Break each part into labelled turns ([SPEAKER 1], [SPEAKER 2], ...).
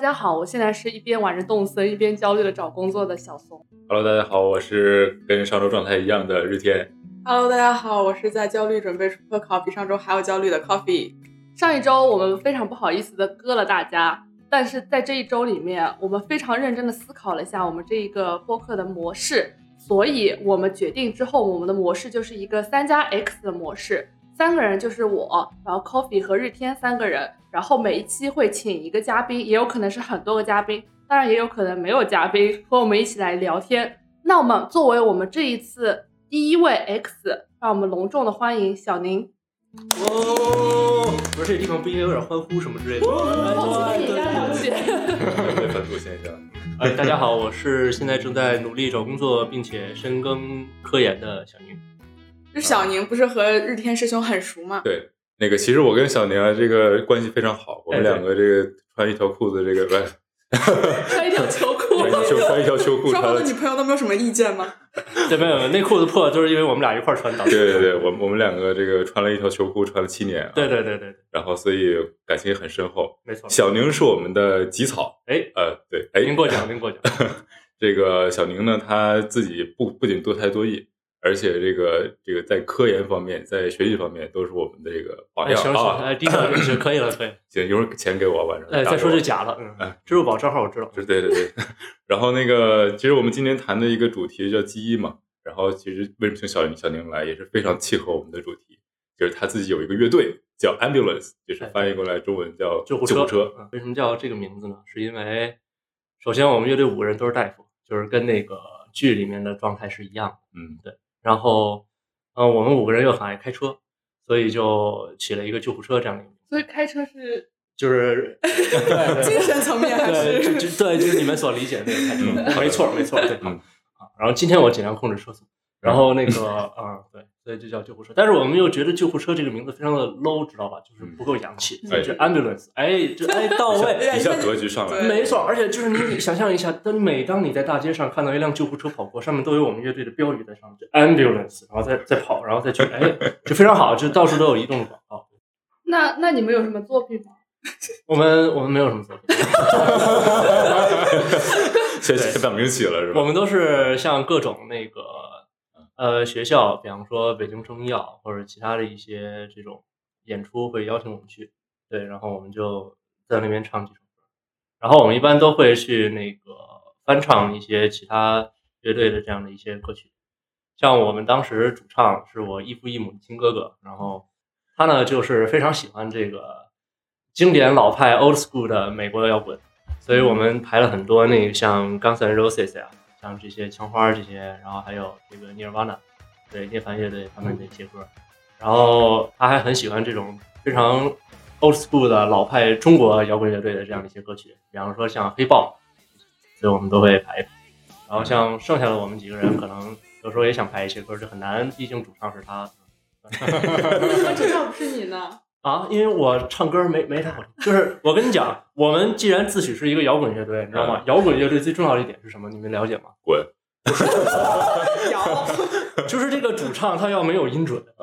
[SPEAKER 1] 家好，我现在是一边玩着动森，一边焦虑的找工作的小松。
[SPEAKER 2] Hello，大家好，我是跟上周状态一样的日 天。
[SPEAKER 3] Hello，大家好，我是在焦虑准备科考，比上周还要焦虑的 Coffee。
[SPEAKER 1] 上一周我们非常不好意思的割了大家，但是在这一周里面，我们非常认真的思考了一下我们这一个播客的模式，所以我们决定之后，我们的模式就是一个三加 X 的模式，三个人就是我，然后 Coffee 和日天三个人，然后每一期会请一个嘉宾，也有可能是很多个嘉宾，当然也有可能没有嘉宾和我们一起来聊天。那么作为我们这一次第一位 X，让我们隆重的欢迎小宁。
[SPEAKER 4] 哦，不是这地方不应该有点欢呼什么之类的吗？
[SPEAKER 1] 哦，
[SPEAKER 4] 对
[SPEAKER 1] 你加两句。
[SPEAKER 2] 对本土现象，
[SPEAKER 4] 呃，大家好，我是现在正在努力找工作并且深耕科研的小宁。
[SPEAKER 3] 就小宁 不是和日天师兄很熟吗？
[SPEAKER 2] 对那个，其实我跟小宁啊，这个关系非常好，我们
[SPEAKER 4] 哎对
[SPEAKER 2] 两个这个穿一条裤子，这个不是
[SPEAKER 1] 穿一条秋裤
[SPEAKER 2] 穿一。条 秋穿一条秋裤，
[SPEAKER 3] 双方
[SPEAKER 2] 他
[SPEAKER 3] 的女朋友都没有什么意见吗？
[SPEAKER 4] 对，没有没有，内裤子破就是因为我们俩一块儿穿导
[SPEAKER 2] 对
[SPEAKER 4] 致的。
[SPEAKER 2] 对对，我们我们两个这个穿了一条秋裤，穿了七年、啊，
[SPEAKER 4] 对对对对，
[SPEAKER 2] 然后所以感情很深厚。
[SPEAKER 4] 没错。
[SPEAKER 2] 小宁是我们的吉草，
[SPEAKER 4] 哎，
[SPEAKER 2] 呃，对，哎，
[SPEAKER 4] 您过奖，您过 奖。
[SPEAKER 2] 这个小宁呢，他自己不不仅多才多艺，而且这个这个在科研方面，在学习方面都是我们的这个榜
[SPEAKER 4] 哎，
[SPEAKER 2] 样
[SPEAKER 4] 行行，
[SPEAKER 2] 啊。
[SPEAKER 4] 哎，低调就行，可以了，可以了。
[SPEAKER 2] 行，一会儿钱给我，晚上
[SPEAKER 4] 哎，
[SPEAKER 2] 打哎
[SPEAKER 4] 再
[SPEAKER 2] 给
[SPEAKER 4] 说
[SPEAKER 2] 我
[SPEAKER 4] 就假了。嗯，支付宝账号我知道。
[SPEAKER 2] 对对对 对。然后那个，其实我们今天谈的一个主题叫记忆嘛，然后其实为什么请小小宁来，也是非常契合我们的主题，就是他自己有一个乐队叫 Ambulance，就是
[SPEAKER 4] 哎
[SPEAKER 2] 翻译过来中文叫
[SPEAKER 4] 救护
[SPEAKER 2] 车。
[SPEAKER 4] 嗯为什么叫这个名字呢？是因为首先我们乐队五个人都是大夫，就是跟那个剧里面的状态是一样的。
[SPEAKER 2] 嗯，
[SPEAKER 4] 然后，嗯、我们五个人又很爱开车，所以就起了一个救护车这样的一个名字，
[SPEAKER 1] 所以 开车是
[SPEAKER 4] 就是对
[SPEAKER 3] 精神层面还
[SPEAKER 4] 对，就是就对，就是你们所理解的那个
[SPEAKER 2] 嗯
[SPEAKER 4] 开车，没错没错，对。
[SPEAKER 2] 嗯
[SPEAKER 4] 啊，然后今天我尽量控制车速，然后那 个啊，对，所以就叫救护车。但是我们又觉得救护车这个名字非常的 low，知道吧？就是不够洋气，
[SPEAKER 3] 嗯
[SPEAKER 4] 所以就 ambulance，哎，这哎到 位，
[SPEAKER 3] 对
[SPEAKER 2] 一下格局上来
[SPEAKER 3] 对
[SPEAKER 2] 了。
[SPEAKER 4] 没错，而 且就是你想象一下，当你每当你在大街上看到一辆救护车跑过，上面都有我们乐队的标语在上面，就 ambulance，然后再再跑，然后再去，哎，就非常好，就到处都有移动的广告。
[SPEAKER 1] 那那你们有什么作品吗？
[SPEAKER 4] 啊我们我们没有什么作品，
[SPEAKER 2] 先先表明起了是
[SPEAKER 4] 我
[SPEAKER 2] 吧？
[SPEAKER 4] 们都是像各种那个呃学校，比方说北京中医药或者其他的一些这种演出会邀请我们去，对，然后我们就在那边唱几首歌，然后我们一般都会去那个翻唱一些其他乐队的这样的一些歌曲，像我们当时主唱是我异父异母的亲哥哥，然后他呢就是非常喜欢这个经典老派 old school 的美国摇滚。所以我们排了很多那个像 Guns N' Roses 呀、像这些枪花儿这些，然后还有这个 Nirvana，对涅槃乐队他们的一些歌。然后他还很喜欢这种非常 old school 的老派中国摇滚乐队的这样的一些歌曲，比方说像黑豹，所以我们都会排一排。然后像剩下的我们几个人，可能有时候也想排一些歌，就很难，毕竟主唱是他。
[SPEAKER 1] 为什么主唱不是你呢？
[SPEAKER 4] 啊，因为我唱歌没没太好听，就是我跟你讲，我们既然自诩是一个摇滚乐队，你知道吗？摇滚乐队最重要的一点是什么？你们了解吗？
[SPEAKER 2] 滚！
[SPEAKER 3] 摇，
[SPEAKER 4] 就是这个主唱他要没有音准，
[SPEAKER 2] 啊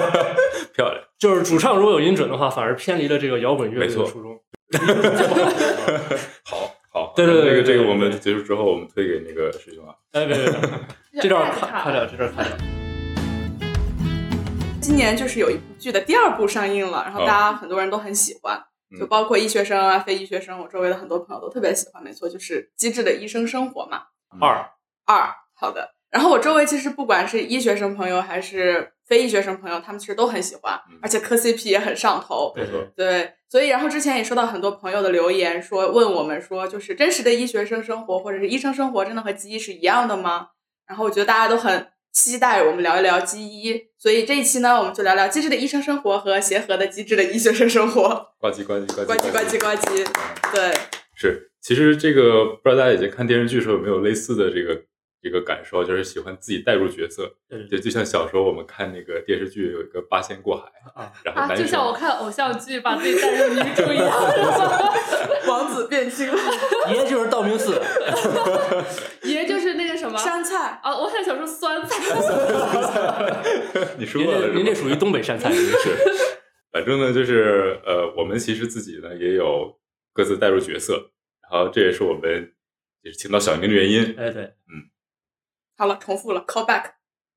[SPEAKER 2] 漂亮，
[SPEAKER 4] 就是主唱如果有音准的话，反而偏离了这个摇滚乐
[SPEAKER 2] 没
[SPEAKER 4] 队
[SPEAKER 2] 错
[SPEAKER 4] 的初衷。
[SPEAKER 2] 好好。
[SPEAKER 4] 对对对
[SPEAKER 2] 这个这
[SPEAKER 4] 对
[SPEAKER 2] 个
[SPEAKER 4] 对
[SPEAKER 2] 我们
[SPEAKER 4] 对
[SPEAKER 2] 结束之后，我们推给那个师兄啊。
[SPEAKER 4] 哎，别别别， 这段儿卡卡掉，这段儿卡掉。
[SPEAKER 3] 今年就是有一部剧的第二部上映了，然
[SPEAKER 4] 哦
[SPEAKER 3] 后大家很多人都很喜欢，
[SPEAKER 4] 嗯
[SPEAKER 3] 就包括医学生啊、非医学生，我周围的很多朋友都特别喜欢。没错，就是《机智的医生生活》嘛。
[SPEAKER 4] 二，
[SPEAKER 3] 二，好的。然后我周围其实不管是医学生朋友还是非医学生朋友，他们其实都很喜欢
[SPEAKER 2] 嗯，
[SPEAKER 3] 而且磕 CP 也很上头。
[SPEAKER 4] 对对，
[SPEAKER 3] 对，所以然后之前也收到很多朋友的留言说，问我们说，就是真实的医学生生活或者是医生生活真的和基医是一样的吗？然后我觉得大家都很期待我们聊一聊基医，所以这一期呢，我们就聊聊机智的医生生活和协和的机智的医学生生活。
[SPEAKER 2] 呱唧呱唧呱
[SPEAKER 3] 呱
[SPEAKER 2] 唧
[SPEAKER 3] 唧呱唧呱唧，对，
[SPEAKER 2] 是，其实这个不知道大家以前看电视剧的时候有没有类似的这个这个感受，就是喜欢自己带入角色，
[SPEAKER 4] 对对
[SPEAKER 2] 就
[SPEAKER 4] 对
[SPEAKER 2] 就像小时候我们看那个电视剧有一个八仙过海，
[SPEAKER 4] 啊，
[SPEAKER 2] 然后
[SPEAKER 1] 啊，
[SPEAKER 2] 男
[SPEAKER 1] 就
[SPEAKER 2] 生、
[SPEAKER 1] 像我看偶像剧把自己带入女主一样，
[SPEAKER 3] 王子变青了，
[SPEAKER 4] 爷就是道明寺，
[SPEAKER 1] 爷就是那个什么
[SPEAKER 3] 山菜，
[SPEAKER 1] 啊，我想想说酸菜，
[SPEAKER 2] 你说
[SPEAKER 4] 您
[SPEAKER 2] 过了
[SPEAKER 4] 这
[SPEAKER 2] 是吧
[SPEAKER 4] 您这属于东北山菜。
[SPEAKER 2] 是，反正呢，就是呃，我们其实自己呢也有各自带入角色，好，这也是我们就是请到小宁的原因。
[SPEAKER 4] 哎，对，
[SPEAKER 3] 好了，重复了，call back。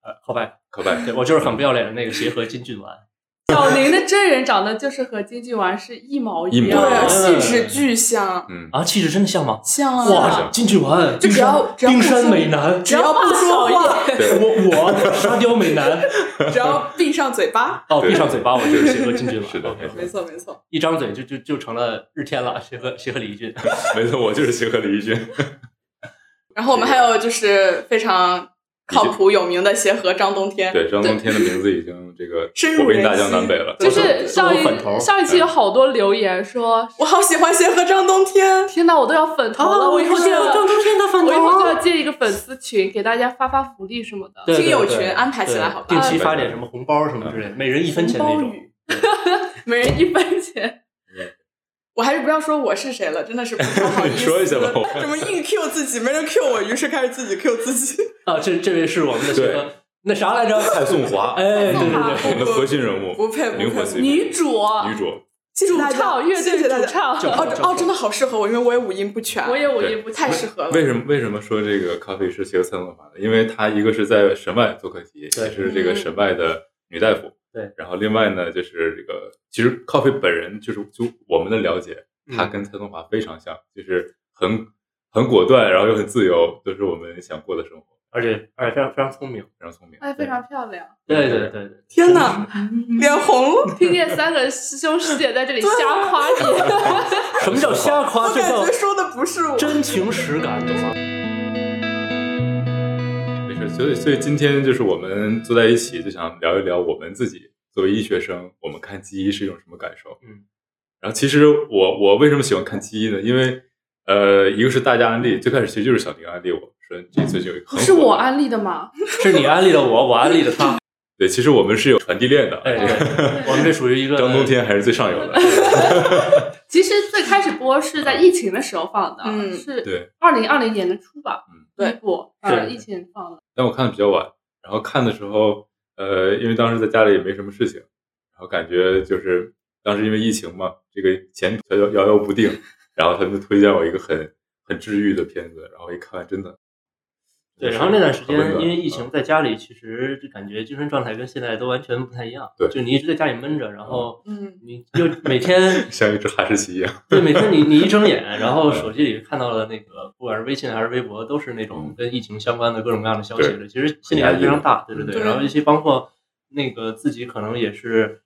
[SPEAKER 4] 呃，call back，
[SPEAKER 2] 靠拜，
[SPEAKER 4] 对我就是很不要脸的那个协和金俊丸，
[SPEAKER 1] 小林的真人长得就是和金靖丸是一毛
[SPEAKER 2] 一
[SPEAKER 1] 样
[SPEAKER 2] 模一
[SPEAKER 1] 的
[SPEAKER 3] 对，啊
[SPEAKER 2] 样
[SPEAKER 3] 气
[SPEAKER 4] 嗯
[SPEAKER 3] 质巨像，
[SPEAKER 2] 嗯，
[SPEAKER 4] 啊，气质真的像吗？
[SPEAKER 3] 像啊！
[SPEAKER 4] 哇，金俊丸，
[SPEAKER 3] 就只要只要
[SPEAKER 4] 冰
[SPEAKER 3] 不
[SPEAKER 4] 山
[SPEAKER 3] 说
[SPEAKER 4] 美男，
[SPEAKER 3] 只要不说话，
[SPEAKER 2] 对
[SPEAKER 4] 我 我沙雕美男，
[SPEAKER 3] 只要闭上嘴巴，
[SPEAKER 4] 哦，
[SPEAKER 2] 对
[SPEAKER 4] 闭上嘴巴，我 就是协和金俊丸，
[SPEAKER 2] 是的
[SPEAKER 4] OK
[SPEAKER 3] 没错没错。
[SPEAKER 4] 一张嘴就就就成了日天了，协和协和 李俊，
[SPEAKER 2] 没错，我就是协和李一军。
[SPEAKER 3] 然后我们还有就是非常靠谱有名的协和张冬天，
[SPEAKER 2] 对，张冬天的名字已经这个
[SPEAKER 3] 深入
[SPEAKER 2] 火遍
[SPEAKER 3] 人
[SPEAKER 2] 大江
[SPEAKER 3] 心
[SPEAKER 2] 南北了。
[SPEAKER 1] 就
[SPEAKER 4] 我
[SPEAKER 1] 是
[SPEAKER 4] 我
[SPEAKER 1] 上
[SPEAKER 4] 我粉头
[SPEAKER 1] 一上一期有好多留言说，
[SPEAKER 3] 我好喜欢协和张冬天。
[SPEAKER 1] 天哪，我都要粉头
[SPEAKER 3] 哦
[SPEAKER 1] 了，我以后就要，我
[SPEAKER 4] 冬天的粉
[SPEAKER 1] 以后就要建一个粉丝群，给大家发发福利什么的。
[SPEAKER 4] 对
[SPEAKER 3] 听友
[SPEAKER 4] 对
[SPEAKER 3] 群
[SPEAKER 4] 对
[SPEAKER 3] 安排起来好吧
[SPEAKER 4] 定期发点什么红包什么之类的，每人一分钱那
[SPEAKER 3] 包
[SPEAKER 4] 种。
[SPEAKER 3] 雨，
[SPEAKER 1] 每人一分钱。
[SPEAKER 3] 我还是不要说我是谁了，真的是不太好意
[SPEAKER 2] 你
[SPEAKER 3] 思。
[SPEAKER 2] 说一下吧我
[SPEAKER 3] 怎么硬 Q 自己，没人 Q 我，于是开始自己 Q 自己。
[SPEAKER 4] 啊，这这位是我们的
[SPEAKER 2] 对
[SPEAKER 4] 协和，那啥来 着？
[SPEAKER 2] 蔡颂华，
[SPEAKER 4] 哎，对
[SPEAKER 1] 宋华
[SPEAKER 4] 对
[SPEAKER 2] 我们的核心人物，
[SPEAKER 3] 不配不
[SPEAKER 2] 灵
[SPEAKER 3] 配
[SPEAKER 2] 魂，随笔
[SPEAKER 1] 女 主，
[SPEAKER 2] 女主，
[SPEAKER 3] 谢谢
[SPEAKER 1] 主
[SPEAKER 3] 大家，
[SPEAKER 1] 唱，乐
[SPEAKER 3] 谢谢大
[SPEAKER 1] 队主
[SPEAKER 3] 家。
[SPEAKER 1] 唱，
[SPEAKER 4] 就
[SPEAKER 3] 哦这哦，真的好适合我，因为我也五音不全，
[SPEAKER 1] 我也我
[SPEAKER 2] 对
[SPEAKER 1] 也不
[SPEAKER 3] 太适合了。
[SPEAKER 2] 为什么为什么说这个咖啡是协和蔡颂华呢？因为她一个是在神外做课题，也
[SPEAKER 4] 对
[SPEAKER 2] 是这个神外的女大夫。
[SPEAKER 4] 对，
[SPEAKER 2] 然后另外呢，就是这个，其实咖啡本人就是就我们的了解，
[SPEAKER 4] 嗯
[SPEAKER 2] 她跟蔡颂华非常像，就是很很果断，然后又很自由，都是我们想过的生活，
[SPEAKER 4] 而且而且非常非常聪明。
[SPEAKER 2] 非常聪明。
[SPEAKER 1] 哎，非常漂亮。
[SPEAKER 4] 对对对对，
[SPEAKER 3] 天哪，
[SPEAKER 1] 嗯
[SPEAKER 3] 脸红了，
[SPEAKER 1] 听见三个师兄师姐在这里瞎夸你，
[SPEAKER 4] 什么叫瞎夸？
[SPEAKER 2] 啊
[SPEAKER 3] 我
[SPEAKER 4] 这
[SPEAKER 3] 感
[SPEAKER 4] 叫
[SPEAKER 3] 觉说的不是我。
[SPEAKER 4] 真情实感，懂吗？
[SPEAKER 2] 没事，所以所以今天就是我们坐在一起，就想聊一聊我们自己作为医学生，我们看西医是一种什么感受。
[SPEAKER 4] 嗯，
[SPEAKER 2] 然后其实我我为什么喜欢看西医呢？因为呃，一个是大家安利，最开始其实就是小宁安利我说这最近有一个很火的
[SPEAKER 1] 哦是我啊安利的吗？
[SPEAKER 4] 是你安利了我，我安利了他。
[SPEAKER 2] 对，其实我们是有传递链的，
[SPEAKER 4] 哎，对，我们这属于一个
[SPEAKER 2] 张冬天还是最上 游的。
[SPEAKER 1] 其实最开始播是在疫情的时候放的，
[SPEAKER 3] 嗯
[SPEAKER 1] 是
[SPEAKER 2] 对，
[SPEAKER 1] 二零二零年的初吧，
[SPEAKER 2] 嗯
[SPEAKER 1] 第一部，呃，
[SPEAKER 4] 是
[SPEAKER 1] 疫情放的，
[SPEAKER 2] 但我看的比较晚，然后看的时候，呃，因为当时在家里也没什么事情，然后感觉就是当时因为疫情嘛，这个前途遥遥遥不定，然后他们就推荐我一个很很治愈的片子，然后一看真的，
[SPEAKER 4] 对，然后那段时间
[SPEAKER 2] 很温暖啊
[SPEAKER 4] 因为疫情，在家里，其实就感觉精神状态跟现在都完全不太一样。
[SPEAKER 2] 对
[SPEAKER 4] 就你一直在家里闷着，然后
[SPEAKER 3] 嗯，
[SPEAKER 4] 你又每天
[SPEAKER 2] 嗯像一只哈士奇一样，
[SPEAKER 4] 对每天你你一睁眼，然后手机里看到的那个，不管是微信还是微博，都是那种跟疫情相关的各种各样的消息
[SPEAKER 2] 嗯对
[SPEAKER 4] 的，其实心理压力非常大。对对
[SPEAKER 3] 对
[SPEAKER 4] 然后一些包括那个自己可能也是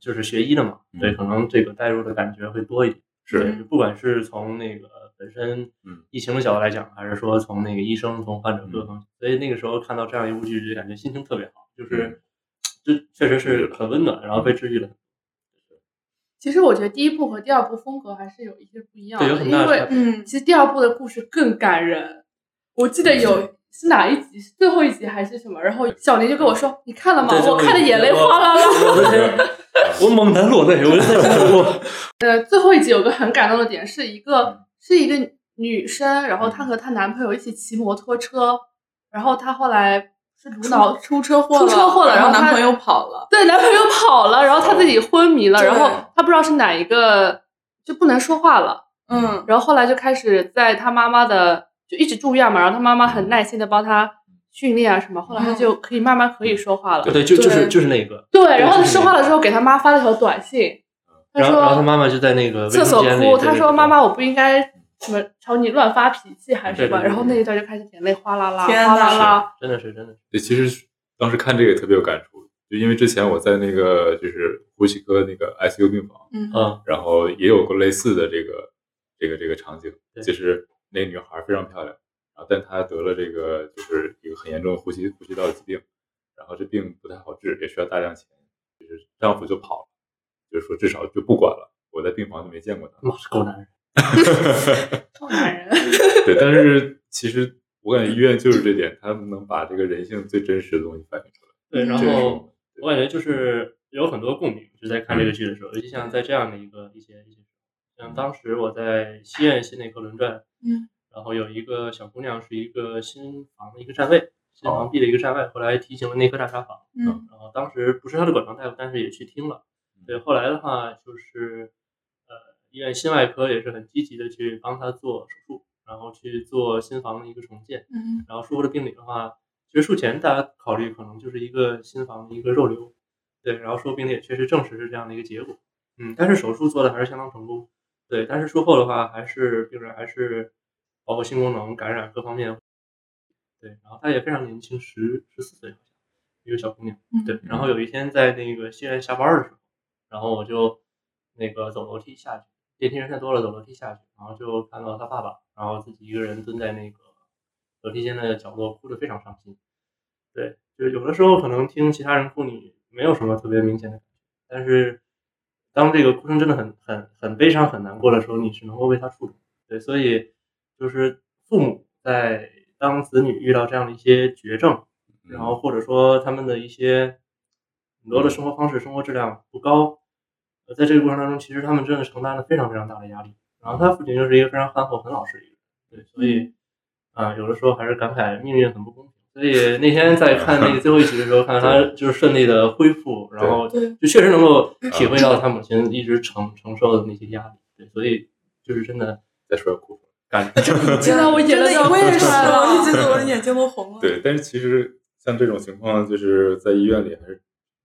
[SPEAKER 4] 就是学医的嘛，
[SPEAKER 2] 嗯
[SPEAKER 4] 对，可能这个代入的感觉会多一点。对，
[SPEAKER 2] 是
[SPEAKER 4] 就不管是从那个本身
[SPEAKER 2] 嗯
[SPEAKER 4] 疫情的角度来讲，还是说从那个医生、从患者各方面，所以那个时候看到这样一部剧，就感觉心情特别好，
[SPEAKER 2] 嗯
[SPEAKER 4] 就是这确实是很温暖，然后被治愈 了，
[SPEAKER 1] 其实我觉得第一部和第二部风格还是有一些不一样
[SPEAKER 4] 对，有
[SPEAKER 1] 的，
[SPEAKER 4] 很大的
[SPEAKER 1] 因
[SPEAKER 4] 差
[SPEAKER 1] 为
[SPEAKER 4] 别。
[SPEAKER 3] 嗯，
[SPEAKER 1] 其实第二部的故事更感人。我记得
[SPEAKER 4] 嗯
[SPEAKER 1] 有是哪一集，是最后一集还是什么？然后小林就跟我说：“你看了吗
[SPEAKER 4] 对？”
[SPEAKER 1] 我看的眼泪哗 啦啦。
[SPEAKER 4] 我的天，我猛男裸泪，我就在想我，
[SPEAKER 1] 呃，最后一集有个很感动的点，是一个是一个女生，然后她和她男朋友一起骑摩托车，然后她后来是颅脑
[SPEAKER 3] 出车祸了，
[SPEAKER 1] 出车祸了
[SPEAKER 3] 然
[SPEAKER 1] 然后他
[SPEAKER 3] 男朋友跑了，
[SPEAKER 1] 对男朋友跑了，然后她自己昏迷了，
[SPEAKER 3] 对
[SPEAKER 1] 然后她不知道是哪一个就不能说话了，
[SPEAKER 3] 嗯，
[SPEAKER 1] 然后后来就开始在她妈妈的就一直住院嘛，然后她妈妈很耐心的帮她训练啊什么，后来她就可以慢慢可以说话了。
[SPEAKER 4] 对对，就就是就是那个，
[SPEAKER 1] 对，然后她说话了之后给她妈发了条短信，
[SPEAKER 4] 嗯
[SPEAKER 1] 她
[SPEAKER 4] 然
[SPEAKER 1] 说
[SPEAKER 4] 后然后他妈妈就在那个卫
[SPEAKER 1] 厕所
[SPEAKER 4] 生间里
[SPEAKER 1] 哭，
[SPEAKER 4] 对
[SPEAKER 1] 他
[SPEAKER 4] 对
[SPEAKER 1] 说：“
[SPEAKER 4] 对
[SPEAKER 1] 妈妈，我不应该什么朝你乱发脾气还是
[SPEAKER 4] 对对
[SPEAKER 1] 什么。”
[SPEAKER 4] 对对
[SPEAKER 1] 然后那一段就开始眼泪哗啦啦，
[SPEAKER 3] 天
[SPEAKER 1] 哗啦
[SPEAKER 3] 哪
[SPEAKER 1] 啦。
[SPEAKER 4] 真的是真的是，
[SPEAKER 2] 对，其实当时看这个也特别有感触，就因为之前我在那个就是呼吸科那个 ICU 病房，
[SPEAKER 3] 嗯
[SPEAKER 4] 嗯，
[SPEAKER 2] 然后也有过类似的这个这个这个场景，
[SPEAKER 4] 对
[SPEAKER 2] 就是那女孩非常漂亮，然后但她得了这个就是一个很严重的呼吸呼吸道疾病，然后这病不太好治，也需要大量钱，就是丈夫就跑了，就是说至少就不管了，我在病房就没见过她。
[SPEAKER 4] 妈是狗男人，
[SPEAKER 1] 臭男人，
[SPEAKER 2] 对，但是其实我感觉医院就是这点，他们能把这个人性最真实的东西反映出来。
[SPEAKER 4] 对，然
[SPEAKER 2] 这也是我
[SPEAKER 4] 后
[SPEAKER 2] 们
[SPEAKER 4] 我感觉就是有很多共鸣，就在看这
[SPEAKER 3] 嗯
[SPEAKER 4] 个剧的时候，尤其像在这样的一个一些一些，像当时我在西苑心内科轮转，
[SPEAKER 3] 嗯，
[SPEAKER 4] 然后有一个小姑娘是一个新房的一个站位，新房 B 的一个站位，后来提醒了内科大查房，
[SPEAKER 3] 哦嗯，
[SPEAKER 4] 然后当时不是她的管床大夫，但是也去听了，对，后来的话就是呃医院心外科也是很积极的去帮他做手术，然后去做心房的一个重建。
[SPEAKER 3] 嗯
[SPEAKER 4] 然后术后的病理的话，其实术前大家考虑可能就是一个心房的一个肉瘤，对，然后术后病理也确实证实是这样的一个结果，嗯，但是手术做的还是相当成功，对，但是术后的话，还是病人还是包括性功能感染各方面，对，然后她也非常年轻，十十四岁好像，一个小姑娘，对，然后有一天在那个戏院下班的时候，然后我就那个走楼梯下去，电梯人太多了，走楼梯下去，然后就看到他爸爸，然后自己一个人蹲在那个楼梯间的角落，哭得非常伤心。对，就是有的时候可能听其他人哭，你没有什么特别明显的感觉，但是当这个哭声真的很很很悲伤、很难过的时候，你是能够为他触动。对，所以就是父母在当子女遇到这样的一些绝症，然后或者说他们的一些
[SPEAKER 2] 嗯
[SPEAKER 4] 很多的生活方式、生活质量不高，呃，在这个过程当中，其实他们真的承担了非常非常大的压力。然后他父亲就是一个非常憨厚、很老实的一个人，对，所
[SPEAKER 2] 嗯
[SPEAKER 4] 以啊、有的时候还是感慨命运很不公平。所以那 天在看那个最后一集的时候，看到他就是顺利的恢复，然后
[SPEAKER 3] 对
[SPEAKER 4] 就确实能够体
[SPEAKER 2] 嗯
[SPEAKER 4] 会到他母亲一直承承受的那些压力，对，所以就是真的
[SPEAKER 2] 再说哭出来感
[SPEAKER 3] 嗯，
[SPEAKER 1] 真的我眼泪都要
[SPEAKER 3] 我也
[SPEAKER 1] 哭
[SPEAKER 3] 是，
[SPEAKER 1] 出来了
[SPEAKER 3] 我一直我的眼睛都红了。，
[SPEAKER 2] 对，但是其实像这种情况，就是在医院里还是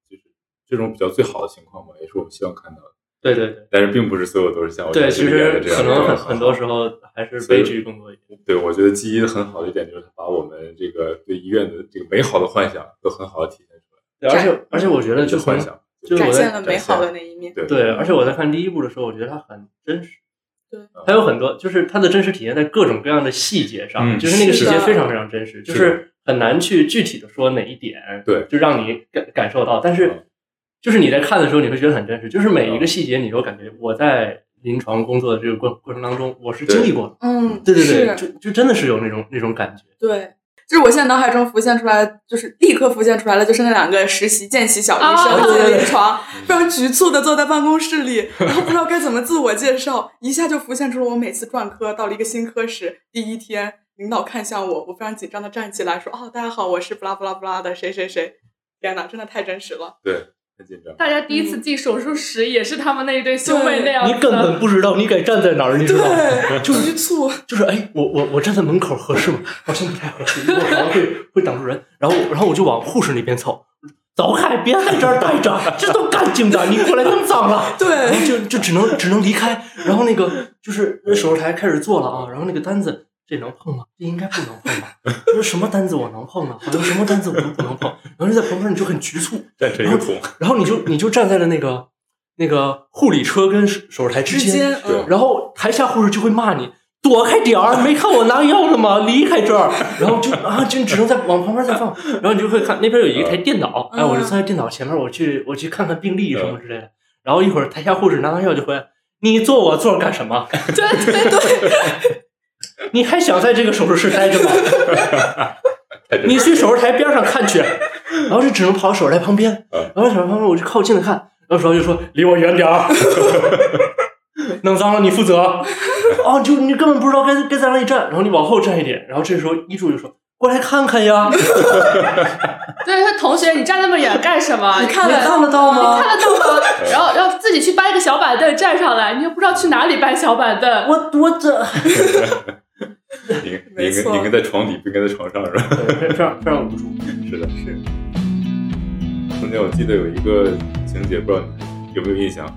[SPEAKER 2] 就是这种比较最好的情况嘛，也是我们希望看到的。
[SPEAKER 4] 对对对
[SPEAKER 2] 但是并不是所有哦都是像我
[SPEAKER 4] 对，
[SPEAKER 2] 电
[SPEAKER 4] 其
[SPEAKER 2] 视里
[SPEAKER 4] 实
[SPEAKER 2] 演的这样的
[SPEAKER 4] 可能很
[SPEAKER 2] 状况
[SPEAKER 4] 很多时候还是悲剧更多一点。
[SPEAKER 2] 对，我觉得记忆很好的一点就是它把我们这个对医院的这个美好的幻想都很好的体现出来。
[SPEAKER 4] 对，而且而且我觉得
[SPEAKER 2] 就
[SPEAKER 4] 就从
[SPEAKER 2] 幻想，
[SPEAKER 4] 就是
[SPEAKER 3] 展
[SPEAKER 4] 我
[SPEAKER 3] 现
[SPEAKER 4] 在
[SPEAKER 3] 了美好的那一面。
[SPEAKER 2] 对
[SPEAKER 4] 对，而且我在看第一部的时候，我觉得它很真实。
[SPEAKER 3] 对，
[SPEAKER 4] 它有很多，就是它的真实体现在各种各样的细节上，
[SPEAKER 2] 嗯
[SPEAKER 4] 就是那个
[SPEAKER 3] 是
[SPEAKER 4] 细
[SPEAKER 3] 的
[SPEAKER 4] 节非常非常真实，就是是很难去具体的说哪一点，
[SPEAKER 2] 对
[SPEAKER 4] 就让你感感受到。但
[SPEAKER 2] 嗯
[SPEAKER 4] 是，就是你在看的时候，你会觉得很真实，就是每一个
[SPEAKER 2] 嗯
[SPEAKER 4] 细节，你都感觉我在临床工作的这个过过程当中，我是经历过的。
[SPEAKER 3] 嗯，
[SPEAKER 4] 对对
[SPEAKER 3] 是，
[SPEAKER 4] 对，就就真的是有那种那种感觉。
[SPEAKER 3] 对，就是我现在脑海中浮现出来，就是立刻浮现出来了，就是那两个实习见习小医
[SPEAKER 1] 啊
[SPEAKER 3] 生
[SPEAKER 1] 对
[SPEAKER 3] 坐在
[SPEAKER 4] 对对
[SPEAKER 3] 临床，非常局促的坐在办公室里，然后不知道该怎么自我介绍，一下就浮现出了我每次转科到了一个新科室第一天，领导看向我，我非常紧张的站起来说：“哦，大家好，我是不拉不拉不拉的谁谁谁。”天哪，真的太真实了。
[SPEAKER 2] 对，很紧张。
[SPEAKER 1] 大家第一
[SPEAKER 3] 嗯
[SPEAKER 1] 次进手术室也是他们那一对兄妹那样
[SPEAKER 4] 你
[SPEAKER 1] 子
[SPEAKER 4] 根本不知道你该站在哪儿，你知道吗？
[SPEAKER 3] 啊对，局促，
[SPEAKER 4] 就是哎，我我我站在门口合适吗？好像不太合适，我可能会会挡住人。然后然后我就往护士那边凑，走开，别在这儿待着，这都干净的，你过来弄脏了。然后
[SPEAKER 3] 对，
[SPEAKER 4] 就就只能只能离开。然后那个就是手术台开始做了啊，然后那个单子这能碰吗？这应该不能碰吧？我说什么单子我能碰啊？好像什么单子我都不能碰。然后就在旁边你就很局促，
[SPEAKER 2] 站成一个桶，
[SPEAKER 4] 然后你就你就站在了那个那个护理车跟手术台之
[SPEAKER 3] 之
[SPEAKER 4] 间
[SPEAKER 3] 间，
[SPEAKER 2] 对
[SPEAKER 3] 嗯，
[SPEAKER 4] 然后台下护士就会骂你。躲开点儿，没看我拿药了 吗？离开这儿，然后就啊，就只能在往旁边再放， 然后你就会看那边有一台电脑，哎，
[SPEAKER 3] 嗯
[SPEAKER 4] 我就坐在电脑前面，我去我去看看病历什么之类的，然后一会儿台下护士拿完药就回来，你坐我座儿干什么？
[SPEAKER 1] 对对对，
[SPEAKER 4] 你还想在这个手术室待着吗？
[SPEAKER 2] 太真
[SPEAKER 4] 你
[SPEAKER 2] 实。
[SPEAKER 4] 去手术台边上看去，然后就只能跑到手术台旁边，
[SPEAKER 2] 嗯
[SPEAKER 4] 然后手术台旁边我就靠近的看，然后手术就说离我远点儿，弄脏了你负责。哦，就你根本不知道该该在哪里站，然后你往后站一点，然后这时候医助就说过来看看呀，
[SPEAKER 1] 对说同学，你站那么远干什么？
[SPEAKER 3] 你看
[SPEAKER 1] 你
[SPEAKER 3] 得
[SPEAKER 1] 看
[SPEAKER 3] 到得到吗？
[SPEAKER 1] 得到吗？然后要自己去搬一个小板凳站上来，你又不知道去哪里搬小板凳。
[SPEAKER 4] 我我这
[SPEAKER 2] 你你
[SPEAKER 3] 没
[SPEAKER 2] 应
[SPEAKER 3] 错
[SPEAKER 2] 该你应该在床底，不应该在床上，是吧？
[SPEAKER 4] 对非常非常无助。
[SPEAKER 2] 是的，是。中间我记得有一个情节，不知道你有没有印象，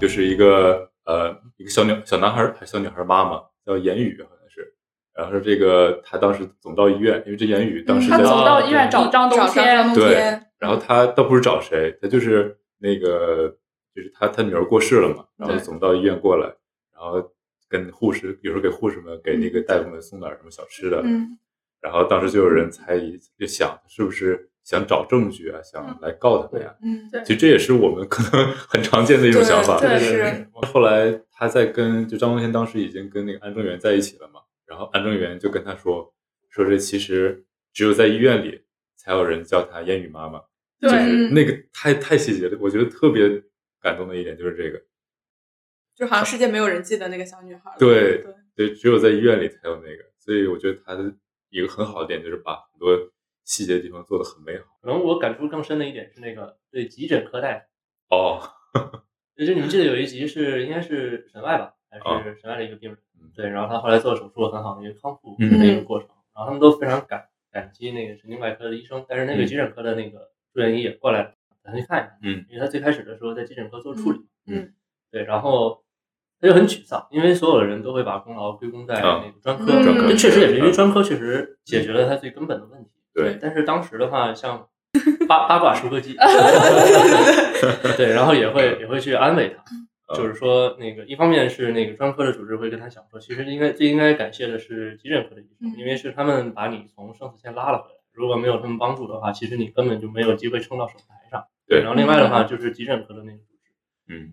[SPEAKER 2] 就是一个呃一个小女小男孩儿还是小女孩儿妈妈叫严雨好像是，然后说这个她当时总到医院，因为这严雨当时
[SPEAKER 1] 嗯他
[SPEAKER 2] 在，
[SPEAKER 1] 总到医院找张冬
[SPEAKER 3] 找
[SPEAKER 1] 天，
[SPEAKER 3] 张冬
[SPEAKER 2] 对
[SPEAKER 3] 天，
[SPEAKER 2] 然后她倒不是找谁，她就是那个就是她她女儿过世了嘛，然后
[SPEAKER 1] 对
[SPEAKER 2] 总到医院过来，然后跟护士有时候给护士们给那
[SPEAKER 1] 嗯
[SPEAKER 2] 个大夫们送点儿什么小吃的，
[SPEAKER 3] 嗯，
[SPEAKER 2] 然后当时就有人猜疑，就想是不是想找证据啊，想来告他们呀、
[SPEAKER 3] 嗯，
[SPEAKER 1] 对
[SPEAKER 2] 其实这也是我们可能 很常见的一种想法。
[SPEAKER 1] 对
[SPEAKER 4] 对
[SPEAKER 3] 是，
[SPEAKER 2] 后来他在跟就张东天当时已经跟那个安正元在一起了嘛，然后安正元就跟他说，说这其实只有在医院里才有人叫她烟雨妈妈，就
[SPEAKER 1] 对
[SPEAKER 2] 是
[SPEAKER 3] 嗯
[SPEAKER 2] 那个太太细节了，我觉得特别感动的一点就是这个，
[SPEAKER 3] 就好像世界没有人记得那个小女孩了。
[SPEAKER 2] 对
[SPEAKER 3] 对，
[SPEAKER 2] 对，只有在医院里才有那个，所以我觉得他的一个很好的点就是把很多细节的地方做得很美好。
[SPEAKER 4] 可能我感触更深的一点是那个对急诊科大夫，
[SPEAKER 2] 哦，
[SPEAKER 4] 就是你们记得有一集是应该是神外吧，还是神外的一个病人，对，然后他后来做手术很好的一个康复
[SPEAKER 2] 嗯
[SPEAKER 4] 那个过程，然后他们都非常感感激那个神经外科的医生，但是那个
[SPEAKER 2] 嗯
[SPEAKER 4] 急诊科的那个住院医也过来打算去看一看，
[SPEAKER 2] 嗯，
[SPEAKER 4] 因为他最开始的时候在急诊科做处理，
[SPEAKER 2] 嗯
[SPEAKER 3] 嗯，
[SPEAKER 4] 对，然后他就很沮丧，因为所有的人都会把功劳归功在
[SPEAKER 2] 啊
[SPEAKER 4] 那个专科，
[SPEAKER 3] 嗯专科
[SPEAKER 4] 这确实也是因为
[SPEAKER 2] 嗯
[SPEAKER 4] 专科确实解决了他最根本的问题，
[SPEAKER 2] 对
[SPEAKER 4] 但是当时的话，像八八卦收 割 机， 对，然后也会
[SPEAKER 2] 嗯
[SPEAKER 4] 也会去安慰他。就是说，那个一方面是那个专科的主治会跟他讲说，其实应该最应该感谢的是急诊科的医生，
[SPEAKER 3] 嗯
[SPEAKER 4] 因为是他们把你从生死线拉了回来。如果没有他们帮助的话，其实你根本就没有机会冲到手台上。
[SPEAKER 2] 对
[SPEAKER 4] 然后另外的话就是急诊科的那个主治，
[SPEAKER 2] 嗯，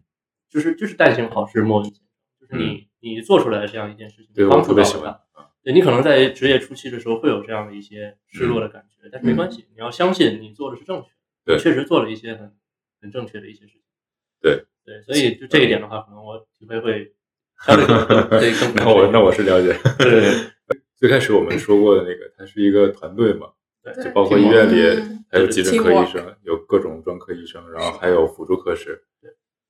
[SPEAKER 4] 就是就是但行好事莫问前程，就是你、你做出来的这样一件事情，
[SPEAKER 2] 对我
[SPEAKER 4] 帮助
[SPEAKER 2] 特
[SPEAKER 4] 到
[SPEAKER 2] 别喜
[SPEAKER 4] 了
[SPEAKER 2] 欢嗯
[SPEAKER 4] 他。，对你可能在职业初期的时候会有这样的一些失落的感觉，但是没
[SPEAKER 2] 嗯
[SPEAKER 4] 关系，你要相信你做的是正确，
[SPEAKER 2] 对
[SPEAKER 4] 你确实做了一些很很正确的一些事情。
[SPEAKER 2] 对
[SPEAKER 4] 对，所以就这一点的话，可能我体会会 相对更对更
[SPEAKER 2] 那我那我是了解。
[SPEAKER 4] 对对对
[SPEAKER 2] 最开始我们说过的那个，它是一个团队嘛，
[SPEAKER 4] 对
[SPEAKER 2] 就包括医院里
[SPEAKER 3] 嗯
[SPEAKER 2] 还有急诊科
[SPEAKER 3] Teamwork
[SPEAKER 2] 医生，有各种专科医生，然后还有辅助科室。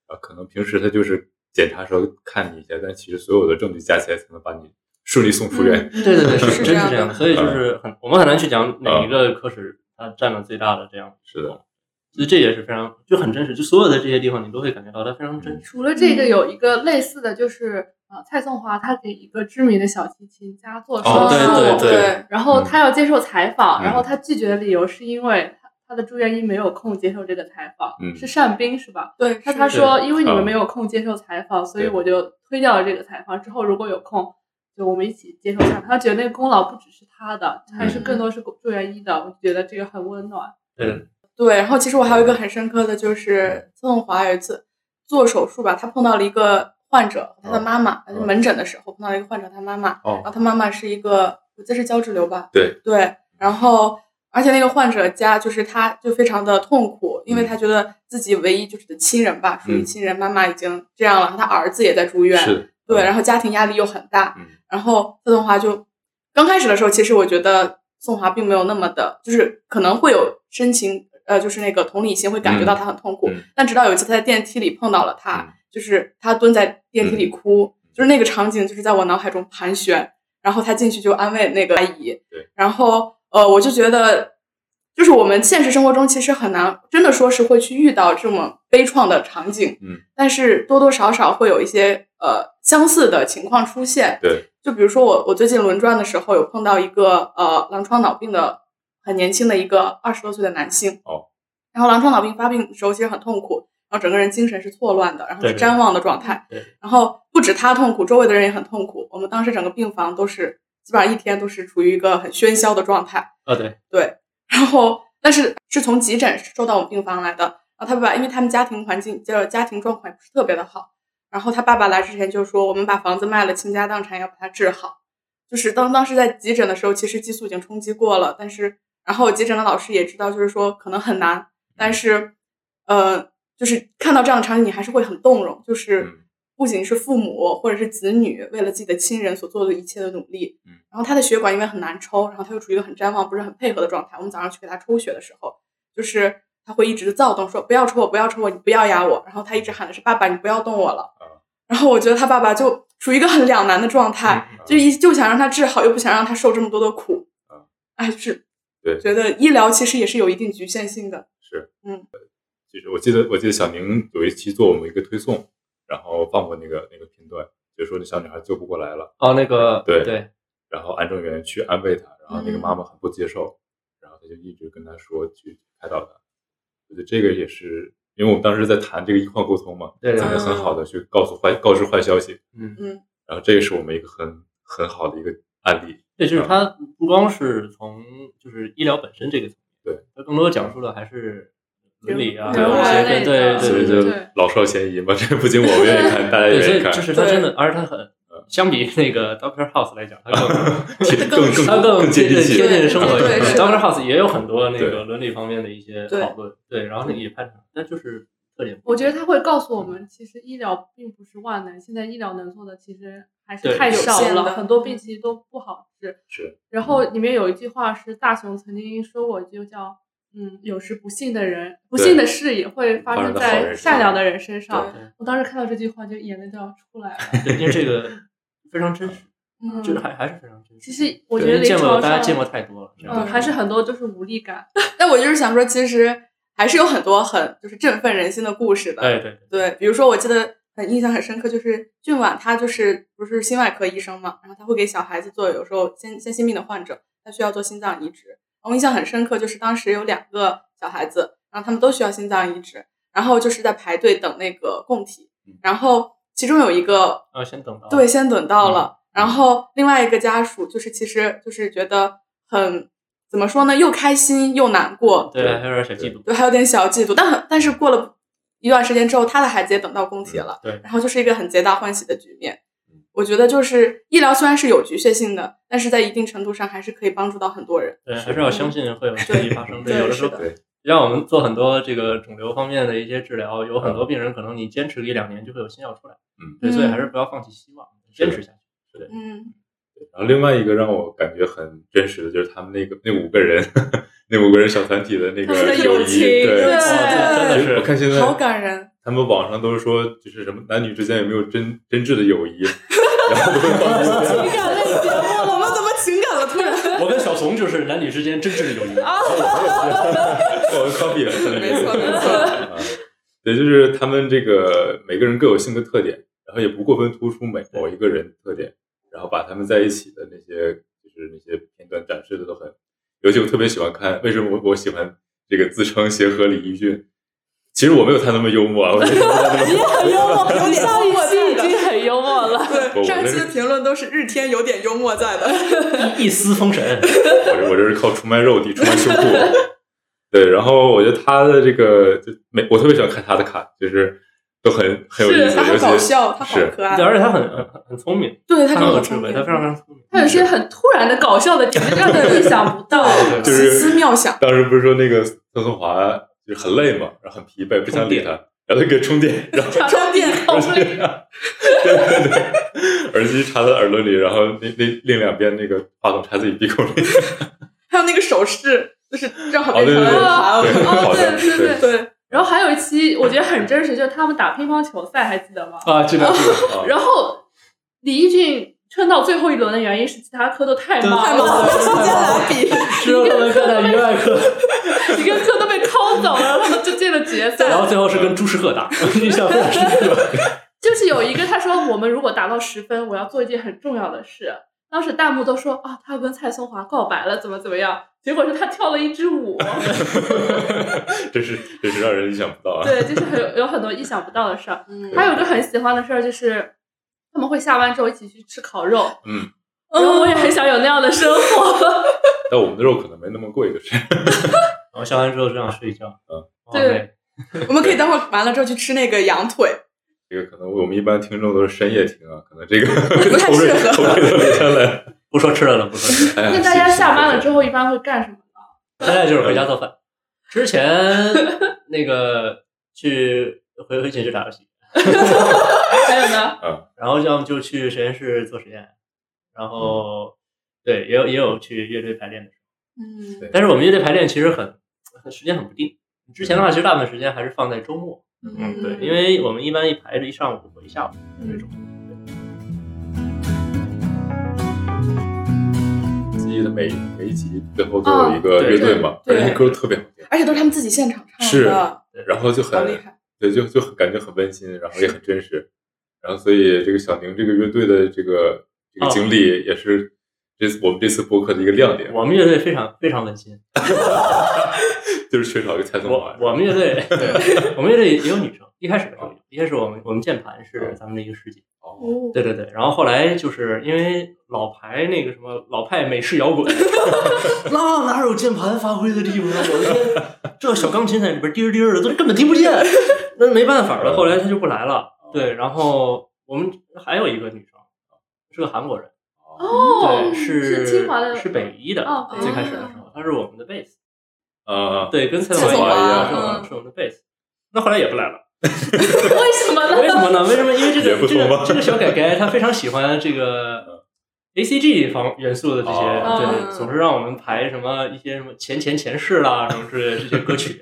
[SPEAKER 2] 啊，可能平时他就是检查时候看你一下，但其实所有的证据加起来才能把你顺利送出院。
[SPEAKER 3] 对
[SPEAKER 4] 嗯对对 对，
[SPEAKER 3] 是
[SPEAKER 4] 真是
[SPEAKER 3] 样
[SPEAKER 4] 这样
[SPEAKER 3] 的。
[SPEAKER 4] 的。所以
[SPEAKER 2] 嗯
[SPEAKER 4] 就是很我们很难去讲哪一个科室它占了最大的这样。
[SPEAKER 2] 是的，
[SPEAKER 4] 其实这也是非常就很真实，就所有的这些地方你都会感觉到它非常
[SPEAKER 2] 嗯
[SPEAKER 4] 真实。
[SPEAKER 1] 除了这个，有一个类似的就是，呃，蔡颂华他给一个知名的小提琴家做手术，
[SPEAKER 3] 嗯
[SPEAKER 2] 哦对对
[SPEAKER 3] 对
[SPEAKER 1] 然后他要接受采
[SPEAKER 2] 嗯
[SPEAKER 1] 访，然后他拒绝的理由是因为他他的住院医没有空接受这个采访，
[SPEAKER 2] 嗯
[SPEAKER 1] 是善斌是吧？
[SPEAKER 3] 对，
[SPEAKER 1] 那他
[SPEAKER 3] 是
[SPEAKER 1] 说，因为你们没有空接受采访，所以
[SPEAKER 2] 对
[SPEAKER 1] 我就推掉了这个采访。之后如果有空，就我们一起接受采访。他觉得那个功劳不只是他的，还
[SPEAKER 2] 嗯
[SPEAKER 1] 是更多是住院医的。我觉得这个很温暖。
[SPEAKER 4] 对，
[SPEAKER 3] 对，然后其实我还有一个很深刻的，就是曾永华有一次做手术吧，他碰到了一个患者，他
[SPEAKER 2] 嗯
[SPEAKER 3] 的妈妈，他就门诊的时候碰到了一个患者，他妈妈，然后
[SPEAKER 2] 哦，
[SPEAKER 3] 他妈妈是一个，我记得是胶质瘤吧，
[SPEAKER 2] 对
[SPEAKER 3] 对，然后而且那个患者家就是他就非常的痛苦，因为他觉得自己唯一就是的亲人吧，属于
[SPEAKER 2] 嗯
[SPEAKER 3] 亲人，妈妈已经这样了，他儿子也在住院，
[SPEAKER 2] 是，
[SPEAKER 3] 对，然后家庭压力又很大，
[SPEAKER 2] 嗯
[SPEAKER 3] 然后宋华就刚开始的时候，其实我觉得宋华并没有那么的，就是可能会有深情，呃，就是那个同理心，会感觉到他很痛苦。
[SPEAKER 2] 嗯嗯
[SPEAKER 3] 但直到有一次他在电梯里碰到了他，
[SPEAKER 2] 嗯
[SPEAKER 3] 就是他蹲在电梯里哭，就是那个场景就是在我脑海中盘旋。然后他进去就安慰那个阿姨
[SPEAKER 2] 对，
[SPEAKER 3] 然后呃，我就觉得。就是我们现实生活中其实很难，真的说是会去遇到这么悲怆的场景，
[SPEAKER 2] 嗯，
[SPEAKER 3] 但是多多少少会有一些呃相似的情况出现，
[SPEAKER 2] 对，
[SPEAKER 3] 就比如说我我最近轮转的时候有碰到一个呃狼疮脑病的很年轻的一个二十多岁的男性
[SPEAKER 2] 哦，
[SPEAKER 3] 然后狼疮脑病发病的时候其实很痛苦，然后整个人精神是错乱的，然后是
[SPEAKER 4] 对
[SPEAKER 3] 谵妄的状态，
[SPEAKER 4] 对
[SPEAKER 3] 然后不止他痛苦，周围的人也很痛苦，我们当时整个病房都是基本上一天都是处于一个很喧嚣的状态，
[SPEAKER 4] 啊对，
[SPEAKER 3] 然后但是是从急诊收到我们病房来的，然后他爸爸因为他们家庭环境就是家庭状况也不是特别的好，然后他爸爸来之前就说我们把房子卖了，倾家荡产要把它治好。就是当当时在急诊的时候，其实激素已经冲击过了，但是然后急诊的老师也知道，就是说可能很难，但是呃，就是看到这样的场景，你还是会很动容，就是。
[SPEAKER 2] 嗯
[SPEAKER 3] 不仅是父母或者是子女为了自己的亲人所做的一切的努力，
[SPEAKER 2] 嗯，
[SPEAKER 3] 然后他的血管因为很难抽，然后他又处于一个很张望、不是很配合的状态。我们早上去给他抽血的时候，就是他会一直躁动，说不要抽我，不要抽我，你不要压我。然后他一直喊的是爸爸，你不要动我了
[SPEAKER 2] 啊。
[SPEAKER 3] 然后我觉得他爸爸就处于一个很两难的状态，
[SPEAKER 2] 嗯
[SPEAKER 3] 就一就想让他治好，又不想让他受这么多的苦
[SPEAKER 2] 啊。
[SPEAKER 3] 哎，是，
[SPEAKER 2] 对
[SPEAKER 3] 觉得医疗其实也是有一定局限性的。
[SPEAKER 2] 是，
[SPEAKER 3] 嗯，
[SPEAKER 2] 就是我记得我记得小宁有一期做我们一个推送，然后放过那个那个片段，就说那小女孩救不过来了，
[SPEAKER 4] 哦那个
[SPEAKER 2] 对
[SPEAKER 4] 对
[SPEAKER 2] 然后安正元去安慰她，然后那个
[SPEAKER 3] 嗯
[SPEAKER 2] 妈妈很不接受，然后他就一直跟她说去开导她，我觉得这个也是。因为我们当时在谈这个医患沟通嘛，
[SPEAKER 4] 对
[SPEAKER 2] 怎
[SPEAKER 4] 对
[SPEAKER 2] 么
[SPEAKER 4] 对，
[SPEAKER 2] 很好的去告诉坏告知坏消息，
[SPEAKER 4] 嗯。
[SPEAKER 2] 然后这个是我们一个很很好的一个案例。
[SPEAKER 4] 对，就是它不光是从就是医疗本身这个层面，
[SPEAKER 2] 对，
[SPEAKER 4] 它更多讲述的还是伦理啊，还
[SPEAKER 3] 人
[SPEAKER 4] 有一
[SPEAKER 3] 文
[SPEAKER 4] 些跟
[SPEAKER 1] 类的
[SPEAKER 4] 对
[SPEAKER 2] 所
[SPEAKER 4] 对
[SPEAKER 2] 以
[SPEAKER 4] 对
[SPEAKER 2] 就
[SPEAKER 1] 对对
[SPEAKER 2] 老少咸宜嘛，这不仅我们愿意看，大家也
[SPEAKER 4] 对，所
[SPEAKER 2] 愿意
[SPEAKER 4] 以
[SPEAKER 2] 看，嗯
[SPEAKER 4] 就是它
[SPEAKER 3] 对
[SPEAKER 4] 真的，而且它很相比那个 Doctor House 来讲，它 更
[SPEAKER 2] 贴更更
[SPEAKER 4] 它更
[SPEAKER 2] 接地气
[SPEAKER 4] 贴。近生活一
[SPEAKER 3] 对
[SPEAKER 4] 点。
[SPEAKER 3] 是的
[SPEAKER 4] Doctor House 也有很多那
[SPEAKER 2] 对
[SPEAKER 4] 个伦理方面的一些
[SPEAKER 3] 对
[SPEAKER 4] 讨论，对，然后也拍成，但就是特点不
[SPEAKER 1] 我
[SPEAKER 4] 一样。
[SPEAKER 1] 觉得他会告诉我们，其实医疗并不是万能，现在医疗能做的其实还是
[SPEAKER 4] 对
[SPEAKER 1] 太
[SPEAKER 4] 有嗯
[SPEAKER 1] 少
[SPEAKER 3] 限
[SPEAKER 1] 了，
[SPEAKER 3] 的
[SPEAKER 1] 很多病其实都不好治。
[SPEAKER 2] 是，
[SPEAKER 1] 然后里面有一句话是大雄曾经说过，就叫“嗯，有时不幸的人，不幸的事也会发生在善良的人身
[SPEAKER 2] 对
[SPEAKER 1] 上。我当时看到这句话，就眼泪都要出来了。
[SPEAKER 4] 对，因为这个非常真实，
[SPEAKER 1] 嗯，
[SPEAKER 4] 这个还还是非常真
[SPEAKER 1] 其
[SPEAKER 4] 实。
[SPEAKER 1] 实我
[SPEAKER 4] 对
[SPEAKER 1] 觉得
[SPEAKER 4] 因为
[SPEAKER 1] 临
[SPEAKER 4] 见过
[SPEAKER 1] 床
[SPEAKER 4] 大家
[SPEAKER 1] 上，
[SPEAKER 4] 见过太多了，这样
[SPEAKER 1] 嗯，还是很多就是无力 感。
[SPEAKER 3] 但我就是想说，其实还是有很多很就是振奋人心的故事的。
[SPEAKER 4] 对对对
[SPEAKER 3] 对，比如说我记得很印象很深刻，就是俊婉她就是不是心外科医生嘛，然后她会给小孩子做，有时候先先心病的患者，他需要做心脏移植。我印象很深刻，就是当时有两个小孩子，然后他们都需要心脏移植，然后就是在排队等那个供体
[SPEAKER 2] 嗯，啊
[SPEAKER 3] 然后其中有一个
[SPEAKER 4] 要哦先等到
[SPEAKER 3] 对，先等到了。
[SPEAKER 2] 嗯
[SPEAKER 3] 然后另外一个家属就是，其实就是觉得很怎么说呢，又开心又难过，
[SPEAKER 4] 对，还有点小嫉妒，
[SPEAKER 3] 对，还有点小嫉妒。但很但是过了一段时间之后，他的孩子也等到供体了，
[SPEAKER 4] 对
[SPEAKER 3] 然后就是一个很皆大欢喜的局面
[SPEAKER 2] 嗯。
[SPEAKER 3] 我觉得就是医疗虽然是有局限性的，但是在一定程度上还是可以帮助到很多人。
[SPEAKER 4] 对，还是要相信会有奇迹 发生。
[SPEAKER 3] 对
[SPEAKER 4] 有的时
[SPEAKER 3] 是
[SPEAKER 4] 候
[SPEAKER 3] 的
[SPEAKER 2] 对，
[SPEAKER 4] 让我们做很多这个肿瘤方面的一些治疗，有很多病人可能你坚持个一两年就会有新药出来，
[SPEAKER 2] 嗯
[SPEAKER 4] 对，所以还
[SPEAKER 3] 嗯
[SPEAKER 4] 是不要放弃希望，坚持下去。
[SPEAKER 3] 嗯，
[SPEAKER 2] 然后另外一个让我感觉很真实的就是他们那个那五个人， 那五个人小团体的那
[SPEAKER 1] 他们
[SPEAKER 2] 个
[SPEAKER 1] 的
[SPEAKER 2] 友
[SPEAKER 1] 友
[SPEAKER 2] 谊，
[SPEAKER 1] 情
[SPEAKER 2] 对，
[SPEAKER 1] 对
[SPEAKER 4] 哦真的
[SPEAKER 2] 其实
[SPEAKER 4] 是
[SPEAKER 2] 哎我看现在
[SPEAKER 3] 好感人。
[SPEAKER 2] 他们网上都是说，就是什么男女之间有没有真真挚的 友谊，然后都会放在
[SPEAKER 1] 情感类节目
[SPEAKER 3] 我们怎么情感了？突然，
[SPEAKER 4] 我跟小怂就是男女之间真挚的友谊。
[SPEAKER 3] 啊
[SPEAKER 2] 我啊们 copy 了，相当于
[SPEAKER 3] 没错没错
[SPEAKER 2] 啊对，就是他们这个每个人各有性格特点，然后也不过分突出每某一个人的特点，然后把他们在一起的那些就是那些片段展示的都很，尤其我特别喜欢看，为什么我我喜欢这个自称协和李一俊？其实我没有他那么幽默啊，我觉得他那么
[SPEAKER 1] 很幽默，
[SPEAKER 3] 哎 有点
[SPEAKER 1] 上一
[SPEAKER 3] 幽默
[SPEAKER 1] 期
[SPEAKER 3] 在
[SPEAKER 1] 已
[SPEAKER 3] 的
[SPEAKER 1] 经很幽默 了。
[SPEAKER 2] 我
[SPEAKER 3] 对，上
[SPEAKER 2] 那
[SPEAKER 3] 期的
[SPEAKER 2] 是
[SPEAKER 3] 评论都是日天有点幽默在的。
[SPEAKER 4] 一一丝 封神，
[SPEAKER 2] 我这我这是靠出卖肉体、出卖胸部。对，然后我觉得他的这个就每我特别喜欢看他的卡，就是都很很有意
[SPEAKER 1] 是
[SPEAKER 2] 思，
[SPEAKER 3] 他好
[SPEAKER 2] 尤
[SPEAKER 3] 搞
[SPEAKER 2] 其
[SPEAKER 3] 笑，他好
[SPEAKER 2] 是
[SPEAKER 3] 可
[SPEAKER 4] 对
[SPEAKER 3] 爱，
[SPEAKER 4] 而且他很很很聪明，
[SPEAKER 3] 对他
[SPEAKER 4] 他
[SPEAKER 3] 真的
[SPEAKER 4] 很有
[SPEAKER 3] 很
[SPEAKER 4] 智
[SPEAKER 3] 聪
[SPEAKER 4] 慧，
[SPEAKER 3] 明
[SPEAKER 4] 他非常非常聪明。
[SPEAKER 1] 他有些很突然的搞笑的点，让人意想不到。
[SPEAKER 4] 对
[SPEAKER 2] 就
[SPEAKER 3] 奇
[SPEAKER 2] 是
[SPEAKER 3] 思妙想。
[SPEAKER 2] 当时不是说那个曾颂华就是很累嘛，然后很疲惫，不想理他，然后他给充电， 然后
[SPEAKER 1] 充电
[SPEAKER 2] 而
[SPEAKER 1] 口
[SPEAKER 2] 且
[SPEAKER 1] 令，
[SPEAKER 2] 对对对，耳机插在耳朵里，然后那那另两边那个话筒插自己鼻孔里，
[SPEAKER 3] 还有那个手势，就是正好
[SPEAKER 2] 哦
[SPEAKER 3] 变
[SPEAKER 2] 对
[SPEAKER 3] 成
[SPEAKER 2] 对
[SPEAKER 3] 了
[SPEAKER 2] 对，
[SPEAKER 3] 一个盘
[SPEAKER 2] 对，
[SPEAKER 1] 哦
[SPEAKER 2] 好的，
[SPEAKER 1] 对对对
[SPEAKER 3] 对，
[SPEAKER 1] 然后还有一期我觉得很真实，就是他们打乒乓球赛，还记得吗？
[SPEAKER 4] 啊，这个
[SPEAKER 2] 啊
[SPEAKER 1] 然后李一俊撑到最后一轮的原因是其他科都太
[SPEAKER 4] 对
[SPEAKER 1] 忙
[SPEAKER 3] 太忙了，
[SPEAKER 1] 了，
[SPEAKER 3] 没时间 来比。
[SPEAKER 4] 只有不能看到一万克，
[SPEAKER 1] 一个科都被抠走了，他们就进了决
[SPEAKER 4] 然
[SPEAKER 1] 赛。
[SPEAKER 4] 后最后是跟朱世赫打， 印象非常深刻。
[SPEAKER 1] 就是有一个他说，我们如果达到十分，我要做一件很重要的事。当时弹幕都说啊，他要跟蔡松华告白了，怎么怎么样？结果是他跳了一支舞，
[SPEAKER 2] 真是真是让人意想不到啊！
[SPEAKER 1] 对，就是很有有很多意想不到的事儿。
[SPEAKER 3] 嗯
[SPEAKER 1] 还有一个很喜欢的事儿就是，他们会下班之后一起去吃烤肉，
[SPEAKER 2] 嗯，
[SPEAKER 1] 然后我也很想有那样的生活。
[SPEAKER 2] 但我们的肉可能没那么贵，就是
[SPEAKER 4] 然后下完之后就想睡一觉，
[SPEAKER 2] 嗯
[SPEAKER 4] 哇，
[SPEAKER 1] 对
[SPEAKER 4] 累
[SPEAKER 3] 我们可以待会儿完了之后去吃那个羊腿，
[SPEAKER 2] 这个可能我们一般听众都是深夜听啊，可能这个
[SPEAKER 3] 不 太
[SPEAKER 2] 口
[SPEAKER 3] 适
[SPEAKER 2] 水
[SPEAKER 3] 合
[SPEAKER 2] 口水都流下来了。
[SPEAKER 4] 不说吃的了，不说吃的了。
[SPEAKER 2] 哎呀
[SPEAKER 1] 那大家下班了之，后
[SPEAKER 2] 行
[SPEAKER 1] 一般会干什么？
[SPEAKER 4] 现在就是回家做饭。之前那个去回回寝室打游戏，
[SPEAKER 1] 还有呢？
[SPEAKER 4] 然后要么就去实验室做实验，然后对也有也有去乐队排练的时
[SPEAKER 3] 嗯
[SPEAKER 2] 对
[SPEAKER 4] 候，但是我们乐队排练其实很很时间很不定。之前的话，其实大部分时间还是放在周末，嗯，对，因为我们一般一排着一上午或一下午那种。
[SPEAKER 2] 行记得每每一集最后都有一个
[SPEAKER 4] 对
[SPEAKER 2] 乐队嘛，
[SPEAKER 3] 对
[SPEAKER 2] 而且歌特别好听，
[SPEAKER 3] 而且都是他们自己现场唱
[SPEAKER 2] 是
[SPEAKER 3] 的，
[SPEAKER 2] 然后就
[SPEAKER 3] 好厉
[SPEAKER 2] 很
[SPEAKER 3] 害。
[SPEAKER 2] 对，就就很感觉很温馨，然后也很真实，然后所以这个小宁这个乐队的这个这个
[SPEAKER 4] 哦
[SPEAKER 2] 经历也是这次我们这次播客的一个亮点，
[SPEAKER 4] 我们乐队非常非常温馨，
[SPEAKER 2] 就是缺少一个蔡松华
[SPEAKER 4] 我，我们乐队，对， 我们乐队也有女生，一开始的时候有，一开始我们我们键盘是咱们的一个师姐。
[SPEAKER 2] 哦
[SPEAKER 1] 哦，
[SPEAKER 4] 对对对，然后后来就是因为老牌那个什么老派美式 摇滚，那哪有键盘发挥的地方啊？我的天，这小钢琴在里边滴儿滴儿的，都根本听不见。 哦那没办法了，后来他就不来了。对，然后我们还有一个女生，是个韩国人，
[SPEAKER 1] 哦
[SPEAKER 4] 嗯对，是
[SPEAKER 1] 是清华的
[SPEAKER 4] 是北医的，
[SPEAKER 1] 哦
[SPEAKER 3] 北医
[SPEAKER 4] 最开始的时候，她是我们的贝斯，
[SPEAKER 2] 啊，
[SPEAKER 4] 对，跟蔡
[SPEAKER 3] 蔡
[SPEAKER 4] 总
[SPEAKER 3] 宗
[SPEAKER 4] 华一
[SPEAKER 3] 华
[SPEAKER 4] 样，是我
[SPEAKER 3] 嗯
[SPEAKER 4] 们是我们的贝斯。那后来也不来了。
[SPEAKER 1] 为什么
[SPEAKER 4] 为什
[SPEAKER 1] 呢？
[SPEAKER 4] 么呢？为什么？因为这
[SPEAKER 2] 也不
[SPEAKER 4] 个这
[SPEAKER 2] 错吧
[SPEAKER 4] 个这个小改改他非常喜欢这个呃 A C G 方元素的这些，
[SPEAKER 2] 哦
[SPEAKER 4] 对，
[SPEAKER 1] 嗯
[SPEAKER 4] 总是让我们排什么一些什么前前前世啦什么之类的这些歌 曲，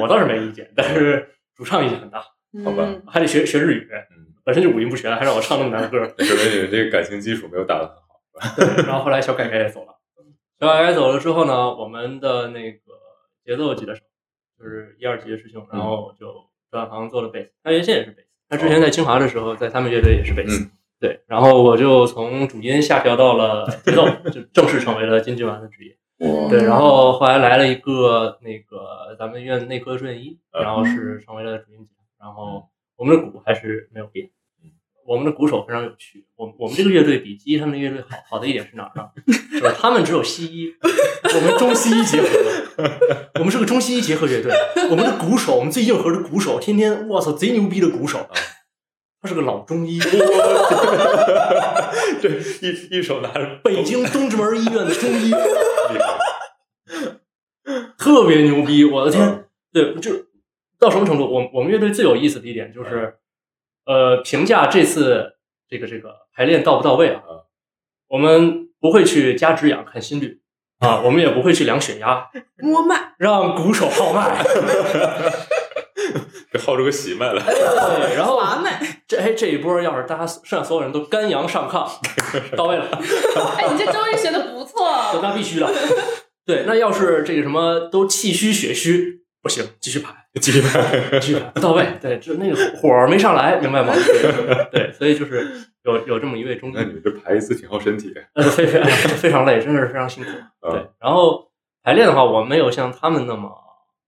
[SPEAKER 4] 我倒是没意见，但是主唱意见很大，
[SPEAKER 2] 好吧
[SPEAKER 3] 嗯
[SPEAKER 4] 还得学学日语
[SPEAKER 2] 嗯，
[SPEAKER 4] 本身就五音不全，还让我唱那么难的歌，
[SPEAKER 2] 说明你们这个感情基础没有打得很好。
[SPEAKER 4] 然后后来小改改也走了，小改改走了之后呢，我们的那个节奏吉他手就是一二级的师兄，然后就转行做了贝斯，他原先也是贝斯，他之前在清华的时候，在他们乐队也是贝斯，对，然后我就从主音下调到了节奏，就正式成为了京剧丸的职业，
[SPEAKER 2] 哇
[SPEAKER 4] 对，然后后来来了一个那个咱们院内科顺一，
[SPEAKER 2] 嗯
[SPEAKER 4] 然后是成为了主音吉他，然后我们的鼓还是没有变
[SPEAKER 2] 嗯。
[SPEAKER 4] 我们的鼓手非常有趣，我们我们这个乐队比基他们的乐队好好的一点是哪儿呢？就是他们只有西医，我们中西医结合，我们是个中西医结合乐队。我们的鼓手，我们最硬核的鼓手，天天我操贼牛逼的鼓
[SPEAKER 2] 啊
[SPEAKER 4] 手，他是个老中医，
[SPEAKER 2] 这一一手拿着
[SPEAKER 4] 北 京东直门医院的中医，
[SPEAKER 2] 厉害，
[SPEAKER 4] 特别牛逼，我的天！对，就是到什么程度？我我们乐队最有意思的一点就是，呃，评价这次这个这个排练到不到位啊
[SPEAKER 2] 嗯？
[SPEAKER 4] 我们不会去加止痒看心率啊，我们也不会去量血压，
[SPEAKER 3] 摸脉，
[SPEAKER 4] 让鼓手号脉。
[SPEAKER 2] 这薅出个喜脉来，
[SPEAKER 4] 对，然后
[SPEAKER 3] 把脉。
[SPEAKER 4] 这哎这一波要是大家剩下所有人都肝阳上亢，到位了，
[SPEAKER 1] 哎，你这中医学的不
[SPEAKER 4] 那
[SPEAKER 1] 错，
[SPEAKER 4] 那必须的。对，那要是这个什么都气虚血虚，不行，继续排。
[SPEAKER 2] 鸡脉。
[SPEAKER 4] 剧本不到位，对，就那个火儿没上来，明白吗？对，对所以就是有有这么一位中医
[SPEAKER 2] 那，你们这排一次挺耗身体，
[SPEAKER 4] 呃，非非非常累，真的是非常辛苦。
[SPEAKER 2] 嗯
[SPEAKER 4] 对，然后排练的话，我没有像他们那么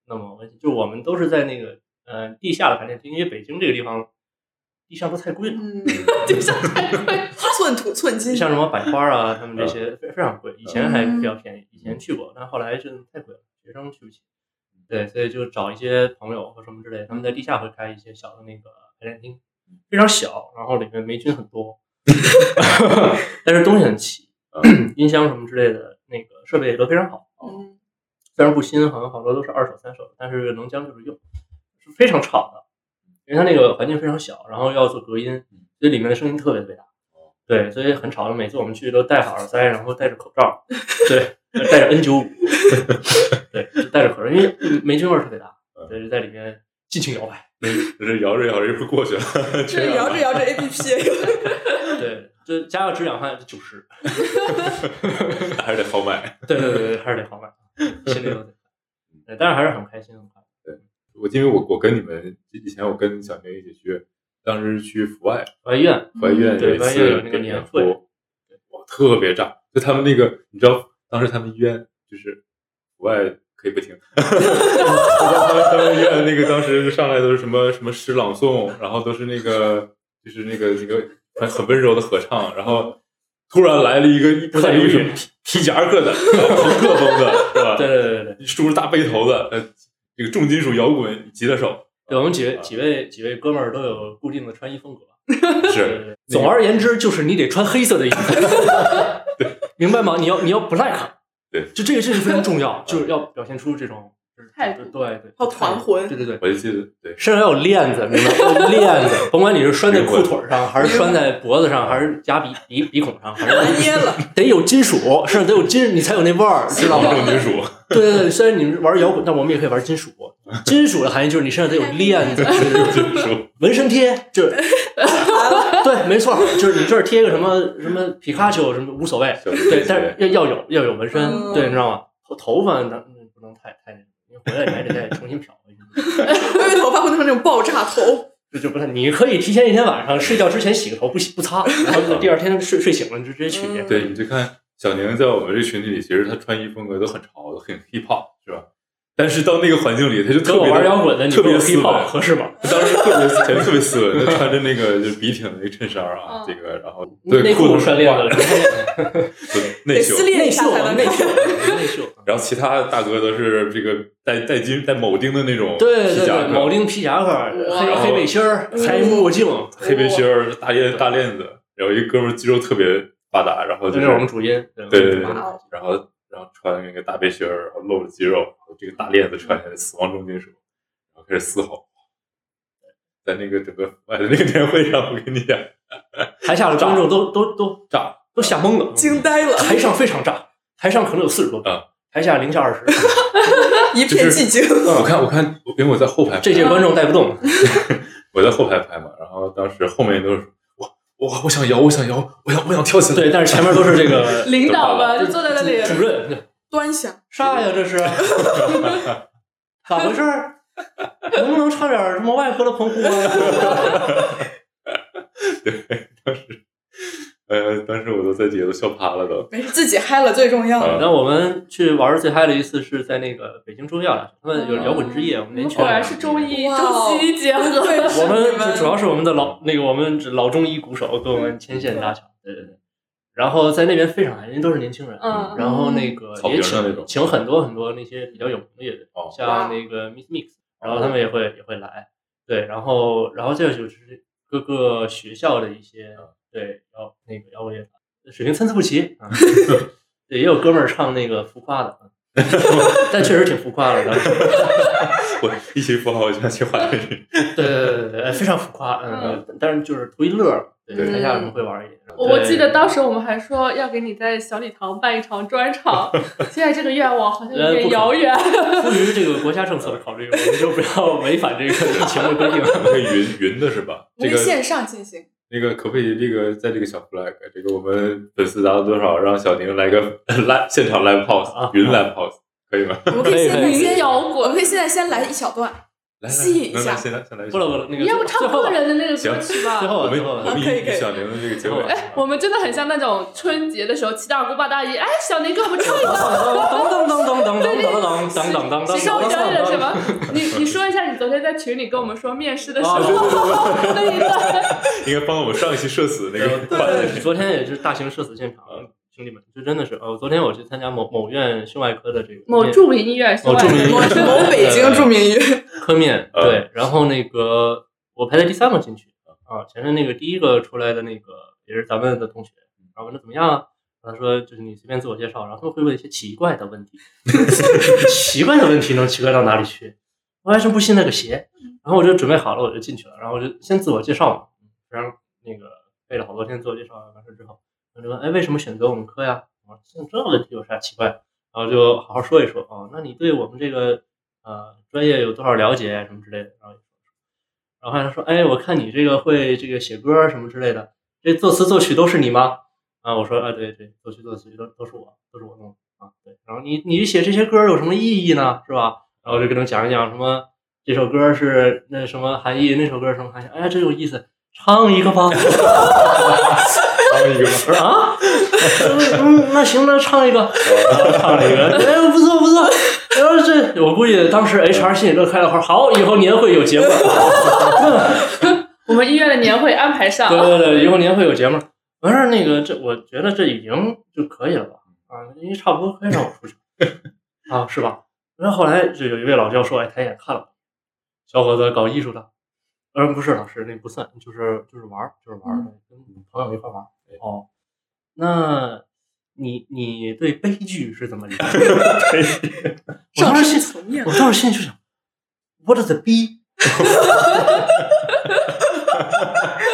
[SPEAKER 4] 那么温馨，就我们都是在那个呃地下的排练厅，因为北京这个地方地上都太贵了，
[SPEAKER 3] 嗯，
[SPEAKER 1] 就像太贵。
[SPEAKER 3] 寸土寸金。
[SPEAKER 4] 像什么百花啊，他们这些非非常贵，以前还比较便宜，以前去过，但后来就太贵了，学生去不起。对，所以就找一些朋友或什么之类，他们在地下会开一些小的那个排练厅，非常小，然后里面霉菌很多，但是东西很齐，音箱什么之类的那个设备也都非常好，
[SPEAKER 3] 嗯
[SPEAKER 4] 虽然不新，好像好多都是二手、三手，但是能将就着用，是非常吵的，因为它那个环境非常小，然后要做隔音，所以里面的声音特别特别大。对，所以很吵的。每次我们去都戴好耳塞，然后戴着口罩， 对，戴着 N 九 五，对，就戴着口罩，因为霉菌味儿特别大，对，就在里面尽情摇摆。
[SPEAKER 2] 这摇着摇着就过去了，
[SPEAKER 3] 这 摇着摇着 A P P，
[SPEAKER 4] 对，就加上止痒汗九十，
[SPEAKER 2] 还是得薅脉。
[SPEAKER 4] 对对对对， 还是得好买，心里有点。对，但是还是很开心，很快乐。
[SPEAKER 2] 我因为我我跟你们以前我跟小明一起去，当时去阜外
[SPEAKER 4] 呃外医院，
[SPEAKER 2] 嗯怀院有一次给演出，哇，特别炸！就他们那个，你知道，当时他们医院就是国外可以不 听，他们他们医院那个当时上来都是什么什么诗朗诵，然后都是那个就是那个那个很很温柔的合唱，然后突然来了一个一看一个什么皮皮夹克的然后朋克风的，是吧？
[SPEAKER 4] 对对对对对。
[SPEAKER 2] 梳着大背头的，呃，这个重金属摇滚吉他手，
[SPEAKER 4] 对，我们几位几位几位哥们儿都有固定的穿衣风格。
[SPEAKER 2] 是
[SPEAKER 4] 对总而言之，就是你得穿黑色的衣 服，明白吗？你要你要 black，
[SPEAKER 2] 对
[SPEAKER 4] 就这个这是非常重要，就是要表现出这种
[SPEAKER 1] 态度
[SPEAKER 4] 对对，
[SPEAKER 3] 好团魂
[SPEAKER 4] 对对对，
[SPEAKER 2] 我就记得，对，
[SPEAKER 4] 身上要有链子，明白吗？链子，甭管你是拴在裤腿上，还是拴在脖子上，还是夹鼻鼻鼻孔上，反
[SPEAKER 3] 拿
[SPEAKER 4] 正
[SPEAKER 3] 捏了。
[SPEAKER 4] 得有金属，身上得有金，你才有那味儿，知道吗？
[SPEAKER 2] 重金属，
[SPEAKER 4] 对对对，虽然你们玩摇滚，但我们也可以玩金属。金属的含义就是你身上得有链子，
[SPEAKER 2] 重金属，
[SPEAKER 4] 纹身贴就是对，没错，就是你这儿贴个什么什么皮卡丘什么无所谓，
[SPEAKER 2] 小
[SPEAKER 4] 对，
[SPEAKER 2] 对
[SPEAKER 4] 但是要要有要有纹身，
[SPEAKER 3] 嗯
[SPEAKER 4] 对，你知道吗？头头发咱不能太太，你回来你还得再重新漂回去，
[SPEAKER 3] 因为头发会弄成那种爆炸头，
[SPEAKER 4] 就就不太。你可以提前一天晚上睡觉之前洗个头，不洗不擦，然后第二天 睡睡醒了你就直接去。
[SPEAKER 3] 嗯
[SPEAKER 2] 对，你就看小宁在我们这群体里，其实他穿衣风格都很潮，都很 hip hop，是吧？但是到那个环境里，他就
[SPEAKER 4] 跟
[SPEAKER 2] 特
[SPEAKER 4] 我
[SPEAKER 2] 别
[SPEAKER 4] 玩
[SPEAKER 2] 的
[SPEAKER 4] 摇滚的，你
[SPEAKER 2] 特
[SPEAKER 4] 跟
[SPEAKER 2] 别
[SPEAKER 4] 我
[SPEAKER 2] 斯
[SPEAKER 4] 黑
[SPEAKER 2] 文，
[SPEAKER 4] 炮合适吗？
[SPEAKER 2] 他当时特别显得特别斯文，他穿着那个就是笔挺的那个衬衫啊，
[SPEAKER 1] 嗯
[SPEAKER 2] 这个然后对
[SPEAKER 4] 内
[SPEAKER 2] 裤
[SPEAKER 4] 裤
[SPEAKER 2] 子
[SPEAKER 4] 拴链子了，
[SPEAKER 2] 对内
[SPEAKER 3] 得
[SPEAKER 2] 秀
[SPEAKER 3] 撕，裂
[SPEAKER 4] 内
[SPEAKER 3] 一下
[SPEAKER 4] 秀
[SPEAKER 3] 才
[SPEAKER 4] 啊
[SPEAKER 3] 能
[SPEAKER 4] 内秀
[SPEAKER 3] 看。
[SPEAKER 4] 内啊秀。
[SPEAKER 2] 然后其他大哥都是这个带带金带铆钉的那种
[SPEAKER 4] 对
[SPEAKER 2] 皮
[SPEAKER 4] 对
[SPEAKER 2] 夹
[SPEAKER 4] 对，铆
[SPEAKER 2] 克、
[SPEAKER 4] 钉皮夹克，啊黑
[SPEAKER 2] 然后
[SPEAKER 4] 黑背心儿，
[SPEAKER 3] 嗯
[SPEAKER 4] 黑墨镜，
[SPEAKER 2] 黑背心儿、大链大链子，然后一哥们儿肌肉特别发达，然后
[SPEAKER 4] 这
[SPEAKER 2] 就是
[SPEAKER 4] 我们主音。对
[SPEAKER 2] 对对对
[SPEAKER 3] 哇哦，
[SPEAKER 2] 然后然后穿那个大背心儿，然后露着肌肉，然后这个大链子穿下来，死亡重金属，然后开始嘶吼，在那个整个外的那个年会上，我跟你讲，
[SPEAKER 4] 台下的观众都都都
[SPEAKER 2] 炸
[SPEAKER 4] 都吓懵了，
[SPEAKER 3] 惊呆了，
[SPEAKER 4] 台上非常炸，台上可能有四十多
[SPEAKER 2] 啊
[SPEAKER 4] 个，台下零下二十，
[SPEAKER 3] 一片寂静。
[SPEAKER 2] 我看我看，因为我在后排，
[SPEAKER 4] 这届观众带不 动。
[SPEAKER 2] 我在后排拍嘛，然后当时后面都是我我我想摇，我想摇，我想我想跳起来。
[SPEAKER 4] 对，但是前面都是 这个
[SPEAKER 1] 领导们就坐在那里，
[SPEAKER 4] 主任，
[SPEAKER 3] 端详，
[SPEAKER 4] 啥呀这是？咋回事儿？能不能唱点什么外科的澎湖啊？
[SPEAKER 2] 对，当时，呃，当时我都在底下都笑趴了都。
[SPEAKER 3] 没事，自己嗨了最重要。
[SPEAKER 2] 啊
[SPEAKER 4] 那我们去玩儿最嗨的一次是在那个北京中医药大学，他们有摇滚之夜，我们
[SPEAKER 1] 你
[SPEAKER 4] 那
[SPEAKER 1] 们
[SPEAKER 4] 群
[SPEAKER 1] 果然
[SPEAKER 4] 人
[SPEAKER 1] 嗯哦是中医
[SPEAKER 3] 哇
[SPEAKER 1] 中西医结合。
[SPEAKER 3] 对
[SPEAKER 4] 我们
[SPEAKER 3] 是你
[SPEAKER 4] 就主要是我们的老那个我们老中医鼓手给我们牵线搭桥，对对对。然后在那边非常嗨，因为都是年轻人，
[SPEAKER 1] 嗯
[SPEAKER 4] 然后那个
[SPEAKER 2] 草坪
[SPEAKER 4] 也
[SPEAKER 2] 的
[SPEAKER 4] 请
[SPEAKER 2] 那种
[SPEAKER 4] 请很多很多那些比较有名的乐队，
[SPEAKER 2] 哦
[SPEAKER 4] 像那个 Miss Mix，然后他们也会也会来，对，然后然后这就是各个学校的一些
[SPEAKER 2] 嗯
[SPEAKER 4] 对摇那个摇滚乐团，水平参差 不齐，啊对，也有哥们儿唱那个浮夸的， 啊但确实挺浮夸的，当时。
[SPEAKER 2] 我一起不好，我就想去华 人。
[SPEAKER 4] 对对对对对，非常浮夸，嗯，但是就是图一乐儿，对，台下人会玩一点。
[SPEAKER 1] 我我
[SPEAKER 4] 对
[SPEAKER 1] 记得当时我们还说要给你在小礼堂办一场专场，现在这个愿望好像有点遥远。
[SPEAKER 4] 出于这个国家政策的考虑，我们就不要违反这个行为规定。
[SPEAKER 2] 那个云云的是吧？
[SPEAKER 3] 可
[SPEAKER 2] 这
[SPEAKER 3] 以
[SPEAKER 2] 个
[SPEAKER 3] 线上进行，
[SPEAKER 2] 那个可不可以这个在这个小 flag，这个我们粉丝达到多少，让小宁来个 live 现场 live house
[SPEAKER 4] 啊
[SPEAKER 2] 云 live house 可以吗？
[SPEAKER 3] 我们可以现在
[SPEAKER 4] 可以
[SPEAKER 1] 云
[SPEAKER 3] 先，
[SPEAKER 1] 摇
[SPEAKER 3] 我
[SPEAKER 1] 滚
[SPEAKER 3] 们，可以现在先来一小段，
[SPEAKER 2] 来来，
[SPEAKER 3] 吸引一
[SPEAKER 2] 来
[SPEAKER 3] 下
[SPEAKER 2] 来先来先来一首。
[SPEAKER 4] 不了不了，那个
[SPEAKER 1] 你要不唱
[SPEAKER 4] 最后
[SPEAKER 1] 个
[SPEAKER 4] 吧，
[SPEAKER 1] 人的那个歌
[SPEAKER 2] 行
[SPEAKER 1] 曲吧
[SPEAKER 4] 最？后
[SPEAKER 2] 我
[SPEAKER 4] 吧，
[SPEAKER 2] 们
[SPEAKER 4] 最后
[SPEAKER 2] 我
[SPEAKER 4] 吧
[SPEAKER 2] 们
[SPEAKER 3] 可以可
[SPEAKER 2] 以
[SPEAKER 3] 以
[SPEAKER 2] 小宁的这个结
[SPEAKER 4] 最后
[SPEAKER 2] 尾
[SPEAKER 4] 吧。，
[SPEAKER 1] 我们真的很像那种春节的时候七大姑八大姨，哎，小宁给我们唱 一
[SPEAKER 4] 噔
[SPEAKER 1] 个。
[SPEAKER 4] 噔噔噔噔噔噔噔噔噔噔噔
[SPEAKER 1] 谁稍微表演了
[SPEAKER 4] 噔
[SPEAKER 1] 什
[SPEAKER 4] 噔。
[SPEAKER 1] 么？你你说一下，你昨天在群里跟我们说面试的时
[SPEAKER 4] 啊对
[SPEAKER 1] 候 那一段。
[SPEAKER 2] 应该帮我们上一期社死那个环
[SPEAKER 4] 对，昨天也是大型社死现场，兄弟们，这真的是哦！昨天我去参加某某院胸外科的这个
[SPEAKER 1] 某
[SPEAKER 4] 面
[SPEAKER 1] 著名音乐学
[SPEAKER 4] 某
[SPEAKER 1] 外
[SPEAKER 4] 著名
[SPEAKER 3] 某某北京著名乐
[SPEAKER 4] 科面，
[SPEAKER 2] 呃
[SPEAKER 4] 对，然后那个我排在第三个进去啊，前面那个第一个出来的那个也是咱们的同学，然后问他怎么样啊，他说就是你随便自我介绍，然后他们会问一些奇怪的问题，奇怪的问题能奇怪到哪里去？我还真不信那个邪，然后我就准备好了，我就进去了，然后我就先自我介绍嘛，然后那个背了好多天自我介绍，啊完事之后，我就问，哎，为什么选择我们科呀？我说像这问题有啥奇怪？然后就好好说一说哦，那你对我们这个呃专业有多少了解什么之类的，然后然后后来他说，哎，我看你这个会这个写歌儿什么之类的，这作词作曲都是你吗？啊，我说啊，对对，作曲作词都都是我，都是我弄的啊，对。然后你你写这些歌儿有什么意义呢？是吧？然后我就跟他讲一讲什么这首歌是那什么含义，那首歌什么含义，哎，真有意思，唱一个吧。
[SPEAKER 2] 唱一个吧。
[SPEAKER 4] 我说啊， 嗯，那行，那唱一个， 唱了一个，哎，不错不 错。然后这我估计当时 HR 心里乐开了花，好，以后年会有 节目，
[SPEAKER 1] 我们医院的年会安排上
[SPEAKER 4] 对。对对，以后年会有节目。完事儿那个这，我觉得这已经就可以了吧？啊，因为差不多可以让我出去了啊，是吧？然后后来就有一位老教授，哎，他也看了，小伙子搞艺术的，嗯，不是老师，那不算，就是就是玩儿，就是玩儿，
[SPEAKER 3] 嗯
[SPEAKER 4] 跟嗯朋友一块儿玩儿。哦，那你你对悲剧是怎么理 解？我
[SPEAKER 3] 上
[SPEAKER 4] 当
[SPEAKER 3] 升
[SPEAKER 4] 时
[SPEAKER 3] 层面
[SPEAKER 4] 我，当时心里就想，What the b？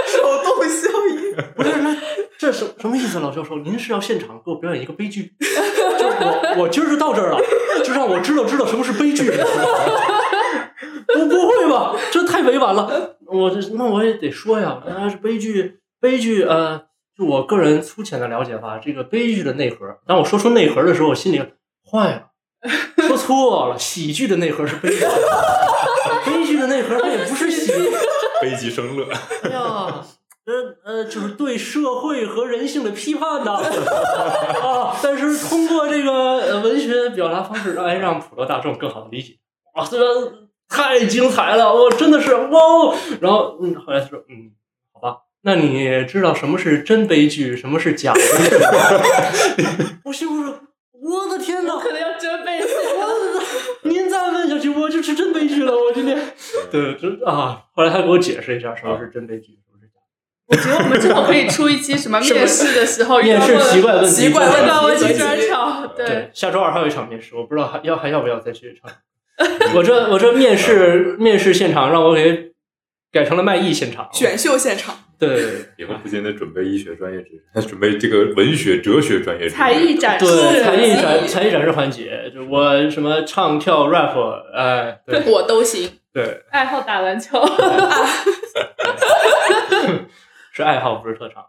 [SPEAKER 3] 手动效应，
[SPEAKER 4] 不是，那这什什么意思，老教授？您是要现场给我表演一个悲剧？就是我我今儿就到这儿了，就让我知道知道什么是悲剧。 我不会吧？这太委婉了。我这那我也得说呀，那是悲剧，悲剧呃，就我个人粗浅的了解吧，这个悲剧的内核。当我说出内核的时候，我心里坏啊了。说错了，喜剧的内核是悲剧，悲剧的内核它也不是喜剧，
[SPEAKER 2] 悲极生乐，
[SPEAKER 4] 哎呀，呃呃，就是对社会和人性的批判呐。啊，但是通过这个呃文学表达方式，哎，让普罗大众更好的理解。哇，这个太精彩了，我、真的是哇哦！然后嗯，后来他说嗯，好吧，那你知道什么是真悲剧，什么是假悲剧吗？ 我心里说，我的天哪！
[SPEAKER 1] 可能要真被
[SPEAKER 4] 您再问下去，我就是真悲剧了。我今天，对，真啊，后来他给我解释一下什么是真悲剧，什么是假悲剧。
[SPEAKER 1] 我觉得我们之后可以出一期什么面试的时候遇
[SPEAKER 4] 面
[SPEAKER 1] 到
[SPEAKER 4] 试奇
[SPEAKER 1] 过
[SPEAKER 4] 怪问题，
[SPEAKER 3] 奇怪
[SPEAKER 1] 问到
[SPEAKER 3] 问
[SPEAKER 1] 问
[SPEAKER 3] 题
[SPEAKER 1] 题专场，对
[SPEAKER 4] 对，，下周二还有一场面试，我不知道还 要还要不要再去一场。我这我这面试面试现场让我给改成了卖艺现场。
[SPEAKER 3] 选秀现场，
[SPEAKER 4] 对
[SPEAKER 2] 以后不仅得准备医学专业知识，还准备这个文学、哲学专业知识。
[SPEAKER 1] 才艺展示，
[SPEAKER 4] 对，才艺展才艺展示环节，就我什么唱跳 rap，哎，对
[SPEAKER 3] 我都行。
[SPEAKER 4] 对，
[SPEAKER 1] 爱好打篮球，
[SPEAKER 4] 是爱好不是特 长。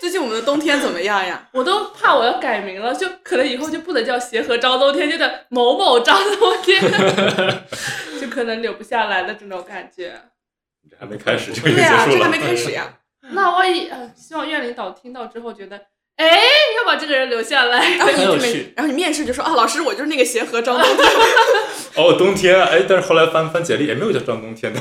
[SPEAKER 3] 最近我们的冬天怎么样 呀？
[SPEAKER 1] 我都怕我要改名了，就可能以后就不能叫协和张冬天，就叫某某张冬天， 就可能留不下来的这种感觉。
[SPEAKER 2] 这还没开始就
[SPEAKER 3] 对
[SPEAKER 2] 已经结
[SPEAKER 3] 呀、
[SPEAKER 2] 束
[SPEAKER 3] 这还
[SPEAKER 2] 了
[SPEAKER 3] 没。开始呀。
[SPEAKER 1] 那万一呃，希望院领导听到之后觉得，哎，要把这个人留下来。
[SPEAKER 3] 然后你
[SPEAKER 4] 很有
[SPEAKER 3] 这么
[SPEAKER 4] 趣，
[SPEAKER 3] 然后你面试就说啊，老师，我就是那个协和张 冬天。
[SPEAKER 2] 哦，冬天，哎，但是后来翻翻简历，也没有叫张冬天的。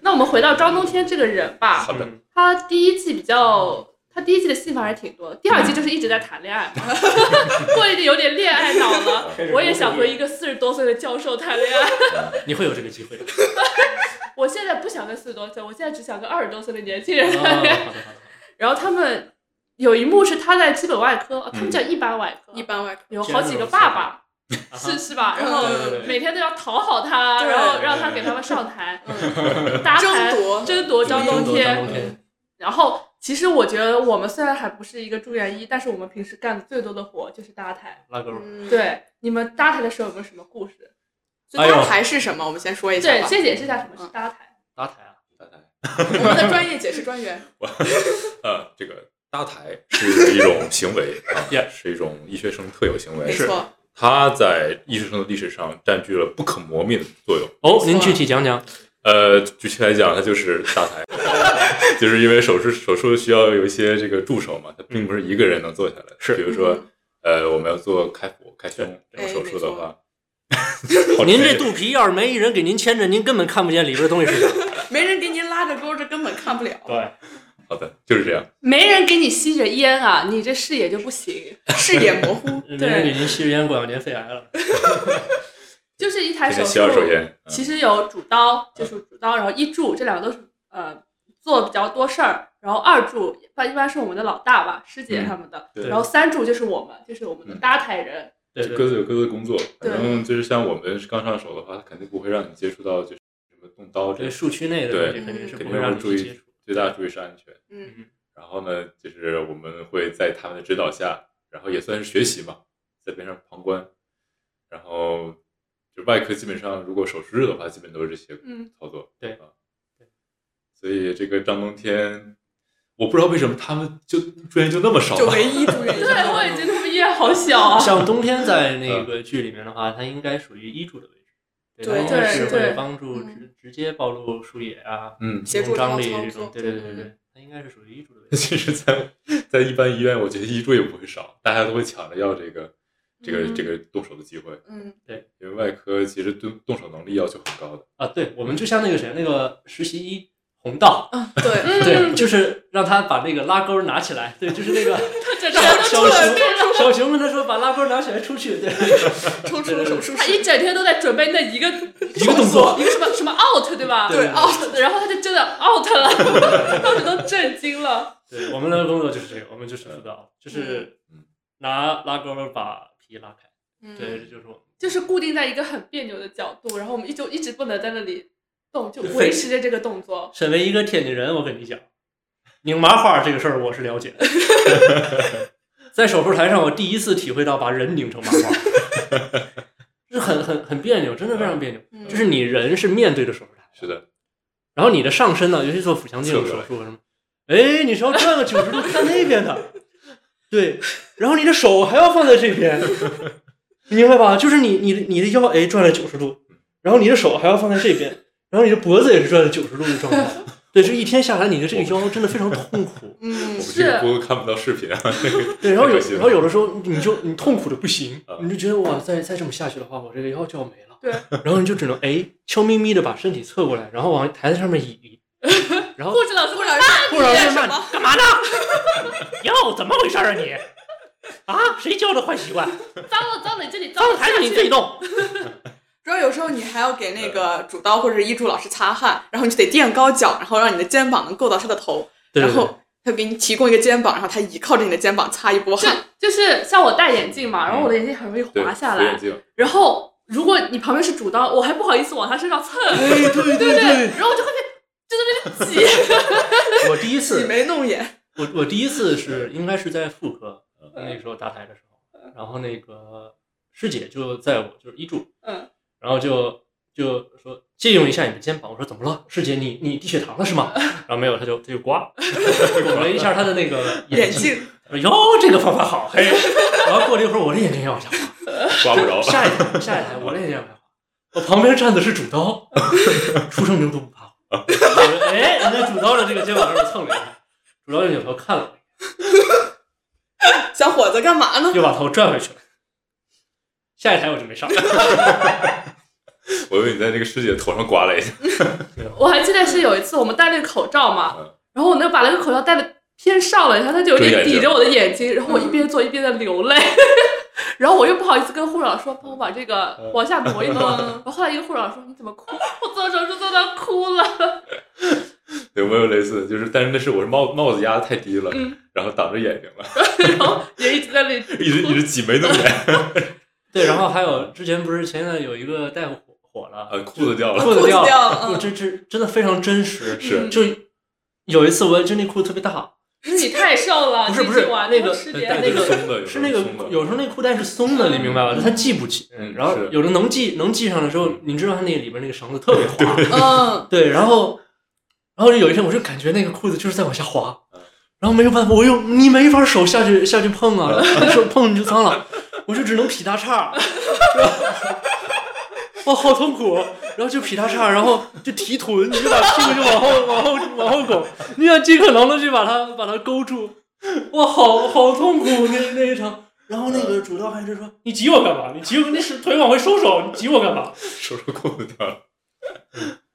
[SPEAKER 1] 那我们回到张冬天这个人吧
[SPEAKER 2] 好，的，
[SPEAKER 4] 嗯
[SPEAKER 1] 他第一季比较，他第一季的戏份还是挺多，第二季就是一直在谈恋爱嘛， 我已经有点恋爱脑了。我也想和一个四十多岁的教授谈恋爱。
[SPEAKER 4] 你会有这个 机会。啊
[SPEAKER 1] 我现在不想跟四十多岁，我现在只想跟二十多岁的年轻人
[SPEAKER 4] 好的
[SPEAKER 1] 谈
[SPEAKER 4] 好
[SPEAKER 1] 恋爱。
[SPEAKER 4] 的好的
[SPEAKER 1] 然后他们有一幕是他在基本外科，哦他
[SPEAKER 4] 嗯
[SPEAKER 1] 们叫一般外科，
[SPEAKER 3] 一般外科。
[SPEAKER 1] 有好几个爸爸，
[SPEAKER 4] 啊哈
[SPEAKER 1] 是是吧？然后
[SPEAKER 4] 对对对
[SPEAKER 1] 每天都要讨好他，
[SPEAKER 3] 对
[SPEAKER 1] 然后让他给他们上台，
[SPEAKER 3] 嗯
[SPEAKER 1] 搭台
[SPEAKER 3] 争夺
[SPEAKER 1] 争夺张冬
[SPEAKER 4] 争夺张
[SPEAKER 1] 天
[SPEAKER 4] 冬。天，
[SPEAKER 1] 然后其实我觉得我们虽然还不是一个住院医，但是我们平时干的最多的活就是搭台。
[SPEAKER 4] 拉钩。
[SPEAKER 3] 嗯，
[SPEAKER 1] 对，你们搭台的时候有没有什么故事？
[SPEAKER 3] 所以搭台是什么？我们先说一下
[SPEAKER 1] 对，
[SPEAKER 3] 吧。
[SPEAKER 1] 先解释一下什么是搭台。
[SPEAKER 4] 搭台啊，
[SPEAKER 3] 我们的专业解释专员。
[SPEAKER 2] 呃，这个搭台是一种行为啊
[SPEAKER 4] Yeah
[SPEAKER 2] 是一种医学生特有行为
[SPEAKER 3] 没，错，
[SPEAKER 2] 它在医学生的历史上占据了不可磨灭的作
[SPEAKER 3] 啊
[SPEAKER 2] 用。
[SPEAKER 4] 哦，您具体讲讲。
[SPEAKER 2] 呃，具体来讲，它就是搭台， 就是因为手术手术需要有一些这个助手嘛，它并不是一个人能做下来的。
[SPEAKER 4] 是
[SPEAKER 2] 比如说，呃，我们要做开腹、开胸这种
[SPEAKER 3] 哎
[SPEAKER 2] 手术的
[SPEAKER 3] 没错
[SPEAKER 2] 话， 好
[SPEAKER 4] 您
[SPEAKER 2] 专
[SPEAKER 4] 这
[SPEAKER 2] 业
[SPEAKER 4] 肚皮要是没一人给您牵着，您根本看不见里边的东西 是啥。
[SPEAKER 3] 没人给您拉着钩，这根本看不了。
[SPEAKER 4] 对，
[SPEAKER 2] 好的就是这样。
[SPEAKER 1] 没人给你吸着烟啊，你这视野就不行。
[SPEAKER 3] 视野模 糊。
[SPEAKER 4] 没人呃给您吸着烟，过两年肺癌了。
[SPEAKER 1] 就是一台
[SPEAKER 2] 这个
[SPEAKER 1] 手术，
[SPEAKER 2] 洗二手烟，嗯
[SPEAKER 1] 其实有主刀，就是主刀，然后一柱这两个都是呃做比较多事儿，然后二柱一般一般是我们的老大吧，师
[SPEAKER 4] 嗯
[SPEAKER 1] 姐他们的，
[SPEAKER 2] 对
[SPEAKER 1] 然后三柱就是我们，就是我们的搭台人，
[SPEAKER 4] 对
[SPEAKER 2] 就
[SPEAKER 4] 对
[SPEAKER 2] 各
[SPEAKER 4] 对，
[SPEAKER 2] 自有各自的工作，
[SPEAKER 1] 对
[SPEAKER 2] 反正就是像我们刚上手的话，他肯定不会让你接触到就是什么动刀这
[SPEAKER 4] 对
[SPEAKER 2] 种，
[SPEAKER 4] 术区内的
[SPEAKER 2] 对
[SPEAKER 4] 东西肯定是
[SPEAKER 2] 肯
[SPEAKER 4] 不
[SPEAKER 2] 定
[SPEAKER 4] 会
[SPEAKER 2] 要
[SPEAKER 4] 让你
[SPEAKER 2] 注
[SPEAKER 4] 去接
[SPEAKER 2] 意
[SPEAKER 4] 触。，
[SPEAKER 2] 最大注意是安全。
[SPEAKER 3] 嗯
[SPEAKER 4] 嗯
[SPEAKER 2] 然后呢，就是我们会在他们的指导下，然后也算是学习嘛，在边上旁观。然后就外科基本上，如果手术日的话，基本都是这些
[SPEAKER 1] 嗯
[SPEAKER 2] 操作。
[SPEAKER 4] 对
[SPEAKER 2] 啊，所以这个张冬天，我不知道为什么他们就专业就那么少
[SPEAKER 3] 就
[SPEAKER 2] 吧
[SPEAKER 3] 唯一住院医。
[SPEAKER 1] 对我也觉得他们烟好小啊，
[SPEAKER 4] 像冬天在那
[SPEAKER 2] 嗯
[SPEAKER 4] 个剧里面的话，它应该属于医助的位置，
[SPEAKER 3] 对嗯
[SPEAKER 4] 它应该是
[SPEAKER 1] 对对
[SPEAKER 4] 会帮助直直接暴露术野啊、
[SPEAKER 2] 嗯，
[SPEAKER 3] 协助
[SPEAKER 4] 张
[SPEAKER 3] 操
[SPEAKER 4] 力这
[SPEAKER 3] 作嗯
[SPEAKER 4] 种，。对对对对对，它应该是属于医助的位 置。
[SPEAKER 2] 其实在，在一般医院，我觉得医助也不会少，大家都会抢着要这个这个
[SPEAKER 1] 嗯
[SPEAKER 2] 这个动手的机会，
[SPEAKER 3] 嗯，
[SPEAKER 2] 因为外科其实动动手能力要求很高的。
[SPEAKER 4] 啊，对，我们就像那个谁，那个实习医 红道，
[SPEAKER 3] 啊，对，
[SPEAKER 4] 对，就是让他把那个拉钩拿起来，对，就是那个
[SPEAKER 1] 这
[SPEAKER 4] 小小熊
[SPEAKER 1] 整天都出了病了。
[SPEAKER 4] 小熊跟他说把拉钩拿起来出去，对，
[SPEAKER 3] 抽出了手术
[SPEAKER 1] 他
[SPEAKER 3] 室。
[SPEAKER 1] 一整天都在准备那一个
[SPEAKER 4] 一个动作
[SPEAKER 1] 一个什么什么 out 对吧？
[SPEAKER 4] 对
[SPEAKER 1] out，然后他就真的 out 了， 当时都震惊了。
[SPEAKER 4] 对，我们的工作就是这个，我们就是辅导，就是
[SPEAKER 2] 嗯
[SPEAKER 4] 拿拉钩把皮拉开，对，这
[SPEAKER 3] 嗯，
[SPEAKER 4] 就是我们。
[SPEAKER 1] 就是固定在一个很别扭的角度，然后我们一就一直不能在那里动，就
[SPEAKER 2] 对
[SPEAKER 1] 维持着这个动作。
[SPEAKER 4] 身为一个天津人，我跟你讲，拧麻花这个事儿我是了 解的。在手术台上，我第一次体会到把人拧成麻花， 是很很很别扭，真的非常别扭。
[SPEAKER 3] 嗯
[SPEAKER 4] 就是你人是面对着手术台，
[SPEAKER 2] 是的，
[SPEAKER 4] 然后你的上身呢，尤其做腹腔镜手术什么，哎，你是要转个九十度看那 边的，对，然后你的手还要放在这边，你明白吧？就是你你的你的腰哎转了九十度，然后你的手还要放在这边，然后你的脖子也是转了九十度 的状态。对，这一天下来，你的这个腰真的非常痛苦。
[SPEAKER 2] 我
[SPEAKER 3] 嗯
[SPEAKER 2] 们，这个播客看不到视频啊。
[SPEAKER 4] 对，然后有
[SPEAKER 2] 太可惜了
[SPEAKER 4] 然后有的时候你就你痛苦的不行
[SPEAKER 2] 啊，
[SPEAKER 4] 你就觉得哇，再再这么下去的话，我这个腰就要没了。
[SPEAKER 1] 对，
[SPEAKER 4] 然后你就只能哎悄咪咪的把身体侧过来，然后往台子上面倚，然后
[SPEAKER 1] 护士老师
[SPEAKER 3] 不然
[SPEAKER 4] 护士老师
[SPEAKER 3] 什
[SPEAKER 4] 骂你
[SPEAKER 3] 么？
[SPEAKER 4] 干嘛呢？ 哟，怎么回事儿啊你？啊，谁教的坏习惯？
[SPEAKER 1] 脏了脏了，你这里脏
[SPEAKER 4] 刚
[SPEAKER 1] 了
[SPEAKER 4] 才是你自己动。
[SPEAKER 3] 主要有时候你还要给那个主刀或者医助老师擦汗，然后你就得垫高脚，然后让你的肩膀能够到他的头，然后他给你提供一个肩膀，然后他倚靠着你的肩膀擦一波
[SPEAKER 1] 就
[SPEAKER 3] 汗。
[SPEAKER 1] 就是像我戴眼镜嘛，然后我的眼镜很容易
[SPEAKER 2] 对，
[SPEAKER 1] 滑下
[SPEAKER 2] 扶眼
[SPEAKER 1] 来，
[SPEAKER 2] 镜，
[SPEAKER 1] 然后如果你旁边是主刀，我还不好意思往他身上蹭，
[SPEAKER 2] 哎对对
[SPEAKER 1] 对
[SPEAKER 2] 对
[SPEAKER 1] 然后我就会被就在那边挤。
[SPEAKER 4] 我第一
[SPEAKER 3] 挤
[SPEAKER 4] 次，
[SPEAKER 3] 眉弄眼，
[SPEAKER 4] 我我第一次是应该是在妇科，呃那个时候搭台的时候，然后那个师姐就在我就是医助，
[SPEAKER 3] 嗯，
[SPEAKER 4] 然后就就说借用一下你的肩膀，我说怎么了，师姐你你低血糖了是吗？然后没有，他就他就刮，抹了一下他的那个
[SPEAKER 3] 眼
[SPEAKER 4] 镜，
[SPEAKER 3] 镜，
[SPEAKER 4] 他说哟这个方法好嘿，然后过了一会儿我的眼睛也往下滑，
[SPEAKER 2] 刮不 着。
[SPEAKER 4] 下一台下一台我的眼睛也往下滑，我旁边站的是主刀，初生牛犊不怕虎，我说哎人家主刀的这个肩膀上蹭了一下，主刀就扭头看了我一眼。
[SPEAKER 3] 小伙子干嘛呢？
[SPEAKER 4] 又把头转回去了。下一台我就没上。
[SPEAKER 2] 我以为你在这个师姐头上刮了一下，
[SPEAKER 1] 我还记得是有一次我们戴那个口罩嘛
[SPEAKER 2] 嗯，
[SPEAKER 1] 然后我那个把那个口罩戴的偏上了，然后它就有点
[SPEAKER 2] 对眼睛
[SPEAKER 1] 抵着我的眼睛，然后我一边做一边在流泪， 然后我又不好意思跟护士长说帮我把这个往下挪一挪，然后后来一个护士长说你怎么哭？我做手术做到哭了，
[SPEAKER 2] 对我有类似的，就是但是那是我是帽帽子压的太低了，
[SPEAKER 1] 嗯
[SPEAKER 2] 然后挡着眼睛了，
[SPEAKER 1] 然后也一直在那里
[SPEAKER 2] 一直一直挤眉弄 眼，
[SPEAKER 4] 对，然后还有之前不是前阵有一个大夫火火了，
[SPEAKER 2] 呃，裤子掉了，
[SPEAKER 4] 裤
[SPEAKER 3] 裤子
[SPEAKER 4] 掉
[SPEAKER 3] 掉了嗯
[SPEAKER 4] 就真真真的非常真实。
[SPEAKER 2] 呃是
[SPEAKER 4] 就有一次我就那裤子特别大，
[SPEAKER 1] 你太瘦了，
[SPEAKER 4] 不是
[SPEAKER 1] 你
[SPEAKER 4] 不
[SPEAKER 1] 已
[SPEAKER 4] 是
[SPEAKER 1] 经完
[SPEAKER 4] 那个
[SPEAKER 1] 吃
[SPEAKER 4] 呃
[SPEAKER 1] 点
[SPEAKER 4] 带
[SPEAKER 2] 带
[SPEAKER 4] 那
[SPEAKER 2] 子
[SPEAKER 4] 个
[SPEAKER 2] 松的，
[SPEAKER 4] 是那个
[SPEAKER 2] 松的
[SPEAKER 4] 有时候那裤带是松的，你明白吧？它系不起。
[SPEAKER 2] 嗯
[SPEAKER 4] 然后
[SPEAKER 2] 是
[SPEAKER 4] 有的能系能系上的时候，你知道它那个里边那个绳子特别滑。
[SPEAKER 3] 嗯，
[SPEAKER 4] 对，然后，然后有一天我就感觉那个裤子就是在往下滑
[SPEAKER 2] 嗯，
[SPEAKER 4] 然后没有办法，我又你没法手下去下去碰啊，手碰你就脏了， 我就只能劈大叉， 然后哇，好痛苦，哦然后就劈大叉，然后就提臀，你就把屁股就往后往后往后拱，你想尽可能的去把它把它勾住，哇，好好痛苦哦那那一场。然后那个主刀还是说：“你挤我干嘛？你挤我，你是腿往回收手，你挤我干嘛？”
[SPEAKER 2] 手上裤子掉了，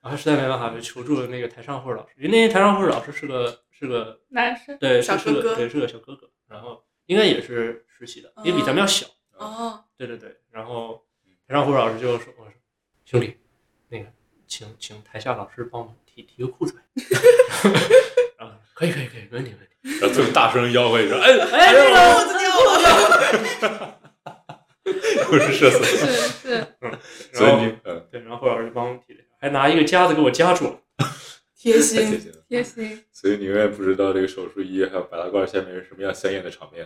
[SPEAKER 4] 然后实在没办法，就求助了那个台上护士老师，因为那个台上护士老师是个是个
[SPEAKER 1] 男生。
[SPEAKER 4] 对
[SPEAKER 3] 小
[SPEAKER 4] 是是
[SPEAKER 3] 哥哥
[SPEAKER 4] 个对是个小哥哥，然后应该也是实习的，也比咱们要小。
[SPEAKER 3] 哦，
[SPEAKER 4] 对对对，然后台上护士老师就说：“我说兄弟，那个请请台下老师帮我提提个裤子呗。” 然后可以可以可以，没问题没问题。
[SPEAKER 2] 然后特别大声吆喝一声，哎，
[SPEAKER 4] 哎，这个
[SPEAKER 3] 裤子掉 了，
[SPEAKER 2] 又是社死，
[SPEAKER 1] 是是，
[SPEAKER 2] 所以
[SPEAKER 4] 然后
[SPEAKER 2] 你嗯，
[SPEAKER 4] 对，然后护士老师就帮我提了一下，还拿一个夹子给我夹住了。
[SPEAKER 3] 贴
[SPEAKER 2] 太贴
[SPEAKER 3] 心，
[SPEAKER 2] 心了。
[SPEAKER 1] 贴心，
[SPEAKER 2] 所以你永远不知道这个手术衣还有白大褂下面是什么样鲜艳的场面。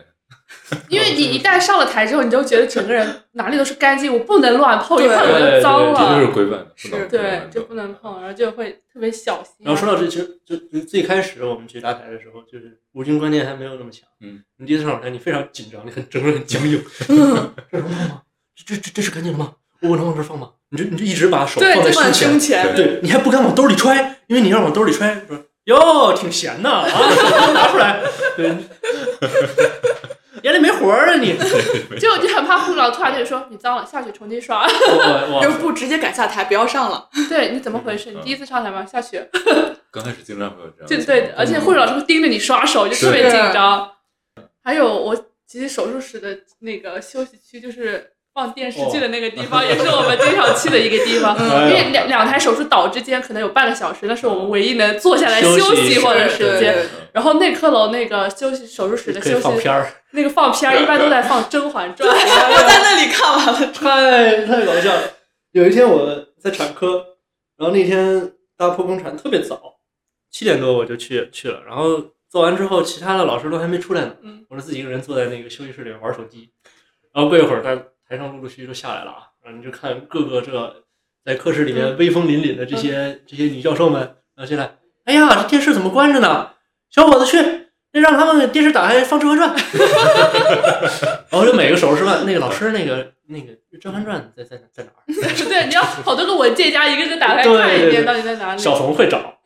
[SPEAKER 1] 因
[SPEAKER 4] 哦
[SPEAKER 1] 为你一旦上了台之后，你就觉得整个人哪里都是干净，我不能乱碰，一碰
[SPEAKER 3] 对
[SPEAKER 1] 我就
[SPEAKER 4] 对
[SPEAKER 1] 脏
[SPEAKER 4] 对
[SPEAKER 2] 这就是
[SPEAKER 1] 了，
[SPEAKER 2] 规范的，不
[SPEAKER 3] 是
[SPEAKER 2] 能
[SPEAKER 1] 对，就
[SPEAKER 2] 就
[SPEAKER 1] 不能。碰，然后就会特别小心。
[SPEAKER 4] 然后说到这，其实就就最开始我们去搭台的时候，就是无菌观念还没有那么强。
[SPEAKER 2] 嗯，
[SPEAKER 4] 你第一次上舞台，你非常紧张，你很整个人很僵 硬。
[SPEAKER 3] 嗯，
[SPEAKER 4] 这能弄吗？这这这这是干净的吗？我能往这儿放吗？你就你就一直把手
[SPEAKER 1] 对
[SPEAKER 4] 放在
[SPEAKER 1] 就
[SPEAKER 4] 胸
[SPEAKER 3] 放胸
[SPEAKER 4] 前，
[SPEAKER 3] 前，
[SPEAKER 4] 对你还不敢往兜里揣，因为你要往兜里揣，说哟挺闲呐啊，拿出来， 对，眼里没活儿啊你。
[SPEAKER 1] 就你很怕护士长突然对你说你脏了，下去重新刷。
[SPEAKER 4] 我
[SPEAKER 3] 要
[SPEAKER 4] 我
[SPEAKER 3] 不直接赶下台，不要上了，
[SPEAKER 1] 对，你怎么回事？
[SPEAKER 2] 嗯
[SPEAKER 1] 你第一次上台吗？下去。
[SPEAKER 2] 刚开始经常会有这样的
[SPEAKER 1] 就
[SPEAKER 2] 情况。
[SPEAKER 1] 对，而且护士老师会盯着你刷手，就特别
[SPEAKER 3] 是
[SPEAKER 1] 紧张。还有我其实手术室的那个休息区就是。放电视剧的那个地
[SPEAKER 4] 哦
[SPEAKER 1] 方、也是我们经常去的一个 地方，
[SPEAKER 4] 嗯
[SPEAKER 1] 因为两两台手术倒之间可能有半个小时，那是我们唯一能坐下来
[SPEAKER 4] 休息
[SPEAKER 1] 休息
[SPEAKER 4] 是
[SPEAKER 1] 或者
[SPEAKER 3] 是
[SPEAKER 1] 时
[SPEAKER 3] 对
[SPEAKER 1] 间。然后内科楼那个休息手术室的
[SPEAKER 4] 可以
[SPEAKER 1] 休
[SPEAKER 4] 放
[SPEAKER 1] 息，
[SPEAKER 4] 片儿，
[SPEAKER 1] 那个放片儿一般都在放《甄嬛 传》，
[SPEAKER 3] 我在那里看完了，
[SPEAKER 4] 太哎太搞笑了。有一天我在产科，然后那天搭剖宫产特别早，七点多我就去去了，然后做完之后，其他的老师都还没出来呢，
[SPEAKER 1] 嗯
[SPEAKER 4] 我就自己一个人坐在那个休息室里面玩手机，然后过一会儿，他台上陆陆续续都下来了啊，然后你就看各个这在课室里面威风凛凛的这些、这些女教授们，然后进来，哎呀，这电视怎么关着呢？小伙子去。那让他们电视打开放《甄嬛传》，然后就每个手势问那个老师，那个那个《甄嬛传》在在在哪儿？
[SPEAKER 1] 对，你要好多个文件夹一个个打开
[SPEAKER 4] 对
[SPEAKER 1] 看一
[SPEAKER 4] 对
[SPEAKER 1] 遍，
[SPEAKER 4] 对
[SPEAKER 1] 到底在哪里。
[SPEAKER 4] 小冯会找，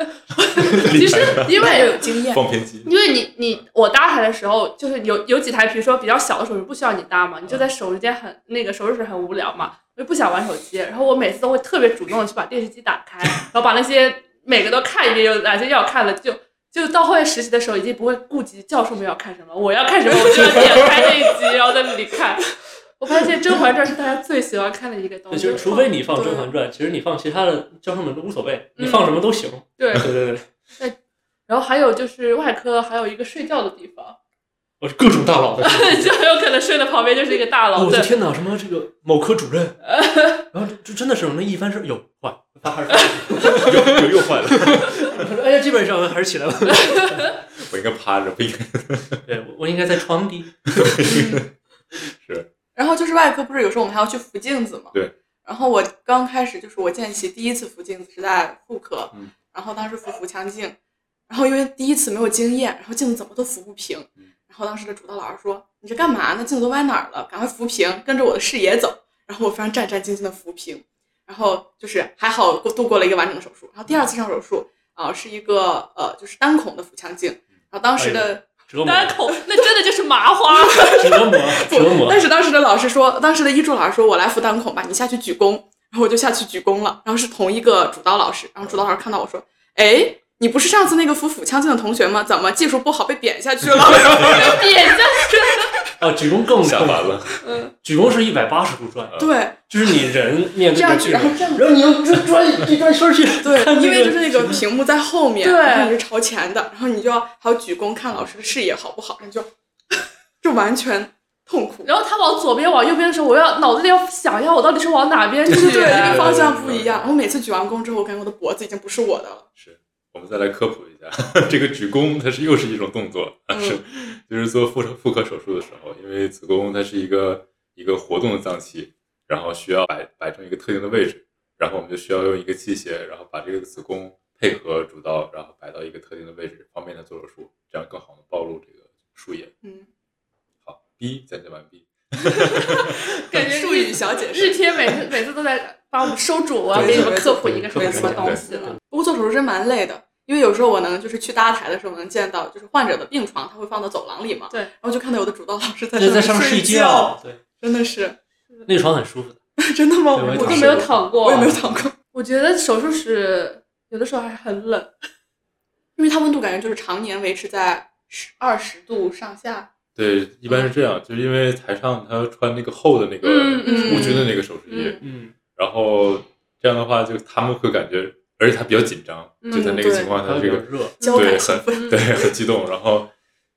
[SPEAKER 1] 其实因为
[SPEAKER 3] 有经验，
[SPEAKER 2] 放偏激，
[SPEAKER 1] 因为你你我搭台的时候，就是有有几台，比如说比较小的手术不需要你搭嘛，你
[SPEAKER 4] 嗯
[SPEAKER 1] 就在手术间很那个手术室很无聊嘛，我就不想玩手机，然后我每次都会特别主动的去把电视机打开，然后把那些每个都看一遍，有哪些要看的就。就到后来实习的时候，已经不会顾及教授们要看什么，我要看什么，我就要点开那一集，然后在那里看。我发现《甄嬛传》是大家最喜欢看的一个东
[SPEAKER 4] 就
[SPEAKER 1] 西
[SPEAKER 4] 是，除非你放《甄嬛传》，其实你放其他的教授们都无所谓，你
[SPEAKER 1] 嗯
[SPEAKER 4] 放什么都行。
[SPEAKER 1] 对。
[SPEAKER 4] 对对对，
[SPEAKER 1] 然后还有就是外科，还有一个睡觉的地方，
[SPEAKER 4] 我是各种大佬的。
[SPEAKER 1] 就很有可能睡的旁边就是一个大佬
[SPEAKER 4] 哦我的
[SPEAKER 1] 对。
[SPEAKER 4] 天哪，什么这个某科主任，然后就就真的是我那一翻身，有换，发还是又又又换了，哎呀，基本上还是起来了。
[SPEAKER 2] 我应该趴着，不应该
[SPEAKER 4] 对，我我应该在床底。
[SPEAKER 1] 嗯
[SPEAKER 2] 是
[SPEAKER 3] 然后就是外科，不是有时候我们还要去扶镜子嘛？
[SPEAKER 2] 对。
[SPEAKER 3] 然后我刚开始就是我见习第一次扶镜子是在妇科，
[SPEAKER 2] 嗯
[SPEAKER 3] 然后当时扶腹腔镜，然后因为第一次没有经验，然后镜子怎么都扶不平
[SPEAKER 2] 嗯，
[SPEAKER 3] 然后当时的主刀老师说：“你这干嘛呢？镜子都歪哪儿了？赶快扶平，跟着我的视野走。”然后我非常战战兢兢的扶平，然后就是还好过度过了一个完整的手术。然后第二次上手术啊、是一个呃就是单孔的腹腔镜，然后当时
[SPEAKER 2] 哎
[SPEAKER 3] 的、
[SPEAKER 4] 折磨，
[SPEAKER 1] 单口那真的就是麻花，
[SPEAKER 4] 折磨， 折磨
[SPEAKER 3] 但。是当时的老师说，当时的医助老师说，我来扶单孔吧，你下去鞠躬。然后我就下去鞠躬了。然后是同一个主刀老师，然后主刀老师看到我说，哎，你不是上次那个扶腹腔镜的同学吗？怎么技术不好被贬下去了？
[SPEAKER 1] 扁下去。
[SPEAKER 4] 哦，举弓 更
[SPEAKER 2] 下
[SPEAKER 4] 痛
[SPEAKER 2] 完了。嗯
[SPEAKER 1] 嗯，
[SPEAKER 4] 举弓是一百八十度转，
[SPEAKER 3] 对
[SPEAKER 4] 就是你人面
[SPEAKER 3] 这
[SPEAKER 4] 对
[SPEAKER 3] 样
[SPEAKER 4] 着
[SPEAKER 3] 去
[SPEAKER 4] 巨
[SPEAKER 3] 然后
[SPEAKER 4] 人，
[SPEAKER 3] 这样
[SPEAKER 4] 然后你又转转一转圈儿去，看
[SPEAKER 3] 对，
[SPEAKER 4] 那
[SPEAKER 3] 因为
[SPEAKER 4] 个
[SPEAKER 3] 就是那个屏幕在后面，
[SPEAKER 1] 对
[SPEAKER 3] 然后你是朝前的，然后你就要还要鞠躬看老师的视野好不好，然后就就完全痛苦。
[SPEAKER 1] 然后他往左边往右边的时候，我要脑子里要想一下我 到底是啊往哪边去。
[SPEAKER 3] 对对对，因为
[SPEAKER 2] 对
[SPEAKER 3] 方向不一样。我每次鞠完躬之后，我感觉我的脖子已经不是我的了。
[SPEAKER 2] 我们再来科普一下， 这个举弓它是又是一种动作，
[SPEAKER 1] 嗯
[SPEAKER 2] 是就是做妇妇科手术的时候，因为子宫它是一个一个活动的脏器，然后需要摆摆正一个特定的位置，然后我们就需要用一个器械，然后把这个子宫配合主刀，然后摆到一个特定的位置，方便它做手术，这样更好的暴露这个术液。
[SPEAKER 3] 嗯，
[SPEAKER 2] 好，B 讲解完毕。
[SPEAKER 1] 感觉
[SPEAKER 3] 术语小解释。
[SPEAKER 1] 日天每次每次都在把我们收住，我要给你们科普一个什么什么东西了。
[SPEAKER 3] 不过做手术真蛮累的，因为有时候我能就是去搭台的时候能见到，就是患者的病床，他会放到走廊里嘛。
[SPEAKER 1] 对
[SPEAKER 3] 然后就看到有的主刀老师在
[SPEAKER 4] 对，在上
[SPEAKER 3] 上
[SPEAKER 4] 面睡
[SPEAKER 3] 睡，
[SPEAKER 4] 觉，对，
[SPEAKER 3] 真的是
[SPEAKER 4] 那个床很舒服的。
[SPEAKER 3] 真的吗？
[SPEAKER 4] 对我也
[SPEAKER 3] 都
[SPEAKER 1] 我都
[SPEAKER 4] 躺
[SPEAKER 1] 没
[SPEAKER 3] 没
[SPEAKER 1] 有
[SPEAKER 3] 有，
[SPEAKER 1] 躺过，
[SPEAKER 3] 我也没有躺过，
[SPEAKER 1] 我觉得手术室有的时候还很冷，
[SPEAKER 3] 因为它温度感觉就是常年维持在十二十度上下。
[SPEAKER 2] 对，一般是这样，就是因为台上他穿那个厚的那个
[SPEAKER 1] 嗯
[SPEAKER 3] 嗯
[SPEAKER 2] 无菌的那个手术液，
[SPEAKER 1] 嗯
[SPEAKER 4] 嗯，
[SPEAKER 2] 然后这样的话，就他们会感觉，而且他比较紧张，
[SPEAKER 1] 嗯
[SPEAKER 2] 就在那个情况
[SPEAKER 4] 它
[SPEAKER 2] 下，
[SPEAKER 4] 会
[SPEAKER 2] 这
[SPEAKER 4] 比较
[SPEAKER 2] 个
[SPEAKER 4] 热，
[SPEAKER 3] 交
[SPEAKER 2] 对
[SPEAKER 3] 感兴
[SPEAKER 2] 很
[SPEAKER 3] 奋，
[SPEAKER 2] 对 很激动。然后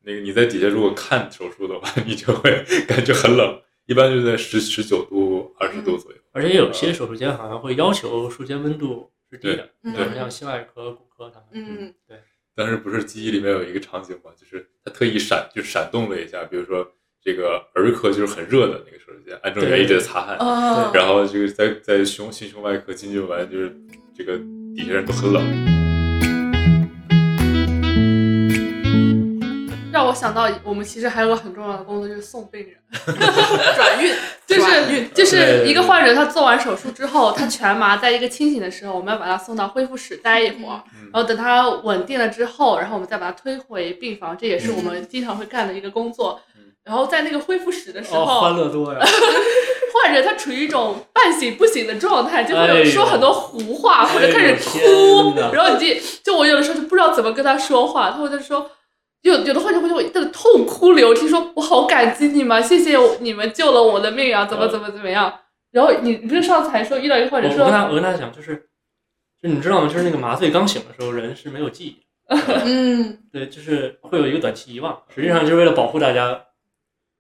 [SPEAKER 2] 那个你在底下如果看手术的话，你就会感觉很冷，一般就在十十九度、二十
[SPEAKER 1] 嗯
[SPEAKER 2] 度左右。
[SPEAKER 4] 而且有些手术间好像会要求术间温度是低的，
[SPEAKER 3] 对
[SPEAKER 4] 对
[SPEAKER 3] 嗯
[SPEAKER 4] 像心外科、骨科他们，
[SPEAKER 3] 嗯，
[SPEAKER 4] 对，
[SPEAKER 2] 当时不是记忆里面有一个场景嘛，就是他特意闪就闪动了一下，比如说这个儿科就是很热的那个手术间，安正员一直在擦汗，
[SPEAKER 1] 哦
[SPEAKER 3] 啊
[SPEAKER 2] 然后这个在在胸心胸外科进去完，就是这个底下人都很冷。
[SPEAKER 1] 让我想到我们其实还有个很重要的工作就是送病人，
[SPEAKER 3] 转运
[SPEAKER 1] 就
[SPEAKER 3] 嗯转
[SPEAKER 1] 是
[SPEAKER 3] 运
[SPEAKER 1] 就是一个患者他做完手术之后，他全麻在一个清醒的时候，我们要把他送到恢复室待一会儿，
[SPEAKER 2] 嗯
[SPEAKER 1] 然后等他稳定了之后，然后我们再把他推回病房，这也是我们经常会干的一个工作
[SPEAKER 2] 嗯。
[SPEAKER 1] 然后在那个恢复室的时
[SPEAKER 4] 哦，
[SPEAKER 1] 候，
[SPEAKER 4] 欢乐 多呀，
[SPEAKER 1] 患者他处于一种半醒不醒的状态，就会
[SPEAKER 4] 哎
[SPEAKER 1] 有
[SPEAKER 4] 呦
[SPEAKER 1] 说很多胡话，或者开始
[SPEAKER 4] 哎呦
[SPEAKER 1] 哭
[SPEAKER 4] 天，哪
[SPEAKER 1] 然后你就就我有的时候就不知道怎么跟他说话，他会在说。有有的患者会就会在那痛哭流涕，说我好感激你们，谢谢你们救了我的命啊，怎么怎么怎么样。然后你你不是上次还说遇到一个
[SPEAKER 4] 我
[SPEAKER 1] 患者
[SPEAKER 4] 嗯我跟
[SPEAKER 1] 说，
[SPEAKER 4] 他我跟他讲，就是，就你知道吗？就是那个麻醉刚醒的时候，人是没有记忆的，
[SPEAKER 3] 嗯，
[SPEAKER 4] 对，就是会有一个短期遗忘，实际上就是为了保护大家。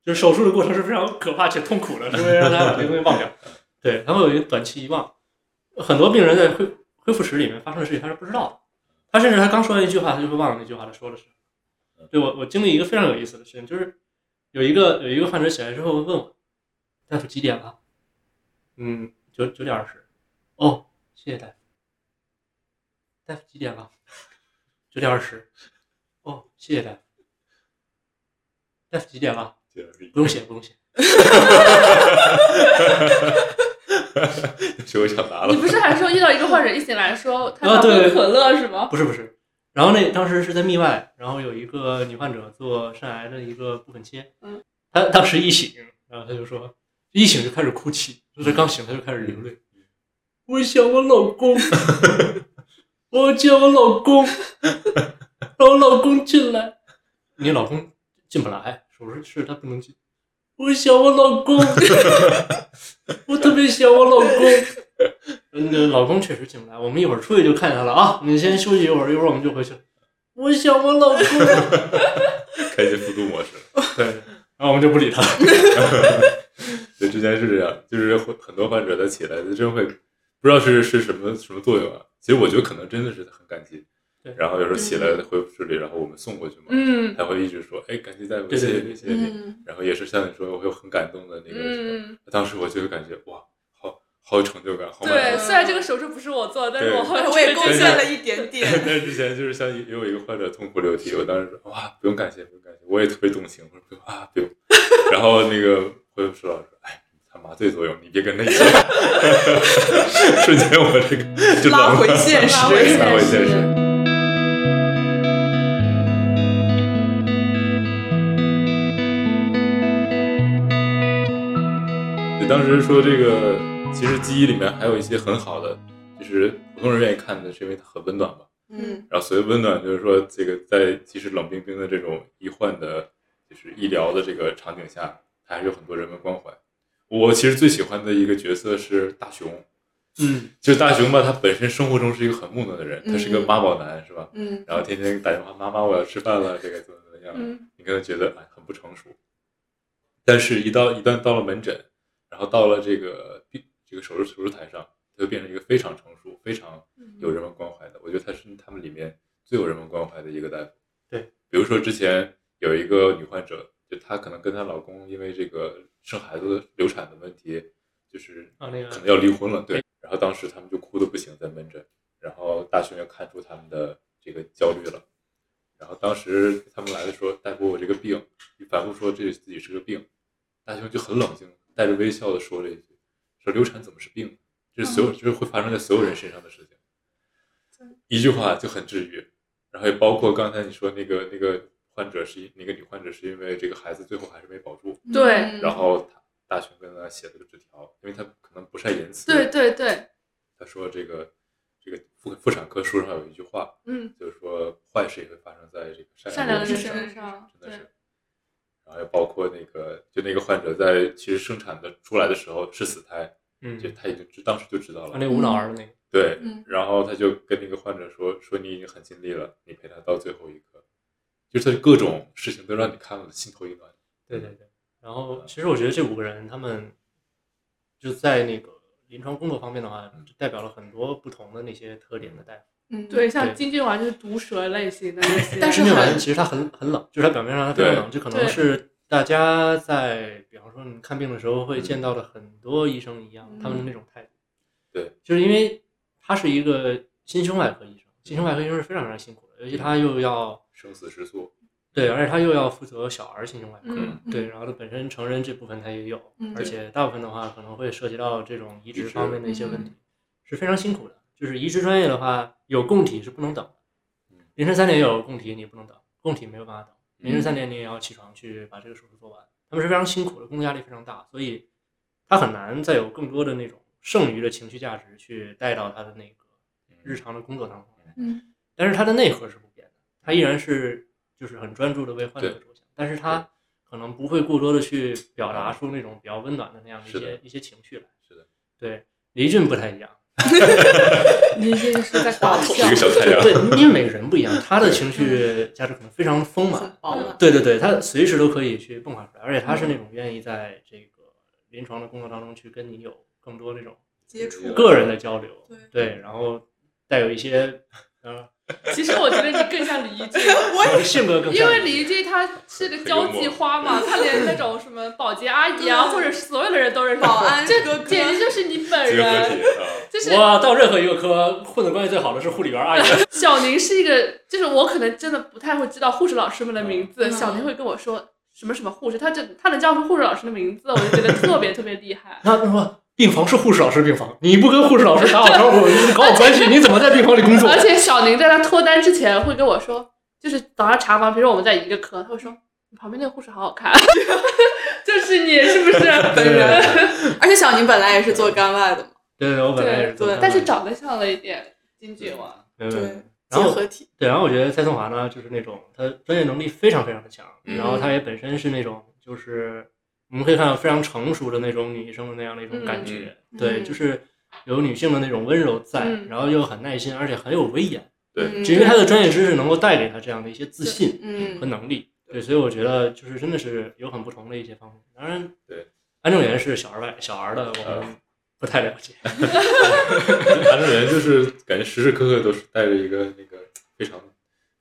[SPEAKER 4] 就是手术的过程是非常可怕且痛苦的，是为了让大家把这个东西忘掉。对，他会有一个短期遗忘。很多病人在恢恢复室里面发生的事情他是不知道的，他甚至他刚说完一句话，他就会忘了那句话他说的是什么。对我我经历一个非常有意思的事情，就是有一个有一个患者起来之后问我，大夫几点了？嗯，九九点二十。哦，谢谢大夫。大夫几点了？九点二十。哦，谢谢大夫。大夫几点了？ 不用写，不用写。
[SPEAKER 2] 是我想答了
[SPEAKER 1] 你。不是还说遇到一个患者一醒来说他想
[SPEAKER 4] 啊对
[SPEAKER 1] 喝可乐是吗？
[SPEAKER 4] 不是不是，然后那当时是在密外，然后有一个女患者做肾癌的一个部分切，
[SPEAKER 1] 嗯，
[SPEAKER 4] 她当时一醒，然后她就说，一醒就开始哭泣，就是刚醒她就开始流泪，嗯我想我老 公，我叫我老 公，让我老公进来，你老公进不来，手术室他不能进，我想我老 公，我特别想我老公。嗯，老公确实进不来，我们一会儿出去就看见他了啊！你先休息一会儿，一会儿我们就回去了。我想我 老公，
[SPEAKER 2] 开启复读模式，
[SPEAKER 4] 对，然后我们就不理他了。
[SPEAKER 2] 对，之前是这样，就是很很多患者他起来他真会不知道是是什么什么作用啊。其实我觉得可能真的是很感激
[SPEAKER 4] 对。
[SPEAKER 2] 然后有时候起来恢复视力，然后我们送过去嘛，
[SPEAKER 1] 嗯
[SPEAKER 2] 他会一直说：“哎，感谢大夫，
[SPEAKER 4] 对
[SPEAKER 2] 谢
[SPEAKER 4] 对
[SPEAKER 2] 谢
[SPEAKER 4] 对
[SPEAKER 2] 你，谢谢你。”
[SPEAKER 3] 嗯，
[SPEAKER 2] 然后也是像你说，我会有很感动的那个什么。
[SPEAKER 1] 嗯，
[SPEAKER 2] 当时我就会感觉哇，好好有成就感，好满
[SPEAKER 1] 对，
[SPEAKER 2] 足。
[SPEAKER 1] 虽然这个手术不是我做的，但是
[SPEAKER 2] 对
[SPEAKER 1] 我后来
[SPEAKER 3] 我也
[SPEAKER 1] 觉得
[SPEAKER 3] 贡献了一点点。
[SPEAKER 2] 但是之前就是像也有一个患者痛哭流涕，我当时说哇，不用感谢，不用感谢，我也特别动情，我说不用啊，不用。 然后那个恢复师老师说，哎，他麻醉作用，你别跟他一起。 瞬间我这个就
[SPEAKER 3] 拉回
[SPEAKER 2] 冷了
[SPEAKER 3] 现实
[SPEAKER 1] 拉回
[SPEAKER 2] 拉回现
[SPEAKER 1] 现
[SPEAKER 2] 实。
[SPEAKER 1] 实。
[SPEAKER 2] 对，当时说这个，其实记忆里面还有一些很好的，就是普通人愿意看的，是因为它很温暖嘛。
[SPEAKER 3] 嗯
[SPEAKER 2] 然后所谓温暖，就是说这个在即使冷冰冰的这种医患的，就是医疗的这个场景下，它还是有很多人文关怀。我其实最喜欢的一个角色是大熊，
[SPEAKER 4] 嗯，
[SPEAKER 2] 就是大熊吧，他本身生活中是一个很木讷的人，他是个
[SPEAKER 3] 嗯
[SPEAKER 2] 妈宝男，是吧？
[SPEAKER 3] 嗯
[SPEAKER 2] 然后天天打电话，妈妈，我要吃饭了，这个怎么怎么样？
[SPEAKER 1] 嗯
[SPEAKER 2] 你可能觉得哎很不成熟，但是一到一旦到了门诊，然后到了这个病这个手术手术台上，他就变成一个非常成熟、非常有人文关怀的。我觉得他是他们里面最有人文关怀的一个大夫。
[SPEAKER 4] 对，
[SPEAKER 2] 比如说之前有一个女患者，就她可能跟她老公因为这个生孩子的流产的问题，就是
[SPEAKER 4] 啊那个
[SPEAKER 2] 可能要离婚了，对。然后当时他们就哭的不行，在门诊，然后大熊也看出他们的这个焦虑了。然后当时他们来的时候，大夫，我这个病，就反复说这自己是个病。大熊就很冷静，带着微笑的说了一句：“说流产怎么是病？这是所有，这是会发生在所有人身上的事情。”一句话就很治愈。然后也包括刚才你说那个那个患者是因那个女患者是因为这个孩子最后还是没保住，
[SPEAKER 3] 嗯
[SPEAKER 1] 对
[SPEAKER 2] 然后他大熊跟他写了个纸条，因为他可能不善言辞，
[SPEAKER 1] 对对对，
[SPEAKER 2] 他说这个这个妇妇产科书上有一句话，
[SPEAKER 1] 嗯，
[SPEAKER 2] 就是说坏事也会发生在这个
[SPEAKER 1] 善
[SPEAKER 2] 善
[SPEAKER 1] 良
[SPEAKER 2] 良
[SPEAKER 1] 的
[SPEAKER 2] 的
[SPEAKER 3] 是
[SPEAKER 2] 人
[SPEAKER 1] 人
[SPEAKER 2] 上
[SPEAKER 1] 身
[SPEAKER 3] 身，
[SPEAKER 1] 上，
[SPEAKER 2] 真的
[SPEAKER 1] 对
[SPEAKER 2] 是。然后也包括那个，就那个患者在其实生产的出来的时候是死胎，
[SPEAKER 4] 嗯
[SPEAKER 2] 就，他已经知当时就知道
[SPEAKER 4] 啊那
[SPEAKER 2] 了，
[SPEAKER 4] 无脑儿的那个，
[SPEAKER 2] 对
[SPEAKER 3] 嗯，
[SPEAKER 2] 然后他就跟那个患者说说你已经很尽力了，你陪他到最后一刻，就是他各种事情都让你看了心头一暖，
[SPEAKER 4] 对对对。然后其实我觉得这五个人他们就在那个临床工作方面的话，就代表了很多不同的那些特点的大夫。
[SPEAKER 3] 嗯
[SPEAKER 1] 对，像
[SPEAKER 4] 对
[SPEAKER 1] 金靖丸就是毒蛇类型的那些，
[SPEAKER 3] 但是
[SPEAKER 4] 金靖
[SPEAKER 3] 很
[SPEAKER 4] 丸其实它很很冷，就是它表面上它非常冷，这可能
[SPEAKER 1] 对
[SPEAKER 4] 是大家在比方说你看病的时候会见到的很多医生一样，
[SPEAKER 3] 嗯
[SPEAKER 4] 他们的那种态度。
[SPEAKER 2] 对，
[SPEAKER 4] 就是因为他是一个心胸外科医生，心胸外科医生是非常非常辛苦的，尤其他又要
[SPEAKER 2] 生死时速，
[SPEAKER 4] 对，而且他又要负责小儿心胸外科，
[SPEAKER 1] 嗯
[SPEAKER 4] 对，然后他本身成人这部分他也有，
[SPEAKER 3] 嗯
[SPEAKER 4] 而且大部分的话可能会涉及到这种移
[SPEAKER 2] 移
[SPEAKER 4] 植
[SPEAKER 2] 植
[SPEAKER 4] 方面的一些
[SPEAKER 1] 嗯
[SPEAKER 4] 问题，是非常辛苦的。就是移植专业的话，有供体是不能等
[SPEAKER 2] 嗯，
[SPEAKER 4] 凌晨三点有供体你不能等，供体没有办法等，凌晨
[SPEAKER 3] 嗯
[SPEAKER 4] 三点你也要起床去把这个手术做完，他们是非常辛苦的，工作压力非常大，所以他很难再有更多的那种剩余的情绪价值去带到他的那个
[SPEAKER 2] 嗯
[SPEAKER 4] 日常的工作当中来。
[SPEAKER 3] 嗯，
[SPEAKER 4] 但是他的内核是不变的，他依然是就是很专注的为患者
[SPEAKER 2] 对啊
[SPEAKER 4] 着想，但是他可能不会过多的去表达出那种比较温暖的那样的一
[SPEAKER 2] 是的
[SPEAKER 4] 些一些情绪来。
[SPEAKER 2] 是的，
[SPEAKER 4] 对，黎俊不太一样，
[SPEAKER 1] 你这个是在搞笑
[SPEAKER 2] 一个，小太阳，
[SPEAKER 4] 对，因为每个人不 一样，他的情绪价值可能非常丰满，
[SPEAKER 3] 很饱满。嗯
[SPEAKER 4] 对对对，他随时都可以去迸发出来，而且他是那种愿意在这个临床的工作当中去跟你有更多那种
[SPEAKER 3] 接触
[SPEAKER 2] 对
[SPEAKER 4] 个人的交流，
[SPEAKER 3] 对
[SPEAKER 4] 然后带有一些呃
[SPEAKER 1] 其实我觉得你更像李一俊，
[SPEAKER 4] 性格更
[SPEAKER 1] 因
[SPEAKER 4] 像
[SPEAKER 1] 为
[SPEAKER 4] 你
[SPEAKER 1] 李一俊他是个交际花嘛，他连那种什么保洁阿姨啊，
[SPEAKER 3] 对
[SPEAKER 1] 或者是所有的人都认识，
[SPEAKER 3] 嗯保安
[SPEAKER 1] 这
[SPEAKER 3] 哥哥
[SPEAKER 1] 简直就是你本
[SPEAKER 2] 结合体
[SPEAKER 1] 人，
[SPEAKER 2] 啊，
[SPEAKER 1] 就是
[SPEAKER 4] 我到任何一个科混的关系最好的是护理员 阿姨。
[SPEAKER 1] 小宁是一个，就是我可能真的不太会知道护士老师们的名字，
[SPEAKER 3] 嗯
[SPEAKER 1] 小宁会跟我说什么什么护士，他就他能叫出护士老师的名字，我就觉得特别特别厉害。
[SPEAKER 4] 那他说病房是护士老师病房，你不跟护士老师打好招呼，你搞好关系，你怎么在病房里工作
[SPEAKER 1] 而？且小宁在他脱单之前会跟我说，就是早上查房，比如说我们在一个科，他会说你旁边那个护士好好看， 就是你是不是？
[SPEAKER 4] 对对
[SPEAKER 3] 而且小宁本来也是做肝外的嘛，
[SPEAKER 4] 对，我本来也是做
[SPEAKER 3] 对
[SPEAKER 4] 这样的。
[SPEAKER 1] 但是长得像了一点金靖王，
[SPEAKER 4] 没有没有没有
[SPEAKER 3] 结
[SPEAKER 4] 然后
[SPEAKER 3] 合体。
[SPEAKER 4] 对，然后我觉得蔡颂华呢，就是那种他专业能力非常非常的强，
[SPEAKER 2] 嗯
[SPEAKER 4] 然后他也本身是那种就是我们可以看到非常成熟的那种女医生的那样的一种感觉，
[SPEAKER 3] 嗯
[SPEAKER 4] 对，
[SPEAKER 3] 嗯
[SPEAKER 4] 就是有女性的那种温柔在，
[SPEAKER 1] 嗯
[SPEAKER 4] 然后又很耐心，而且很有威严，
[SPEAKER 2] 对，
[SPEAKER 4] 只因为他的专业知识能够带给他这样的一些自信。
[SPEAKER 3] 嗯
[SPEAKER 4] 和能力。对，所以我觉得就是真的是有很不同的一些方面。当然，
[SPEAKER 2] 对，
[SPEAKER 4] 安正源是小儿外小儿的，我们不太了解。
[SPEAKER 2] 韩正源就是感觉时时刻刻都是带着一个那个非常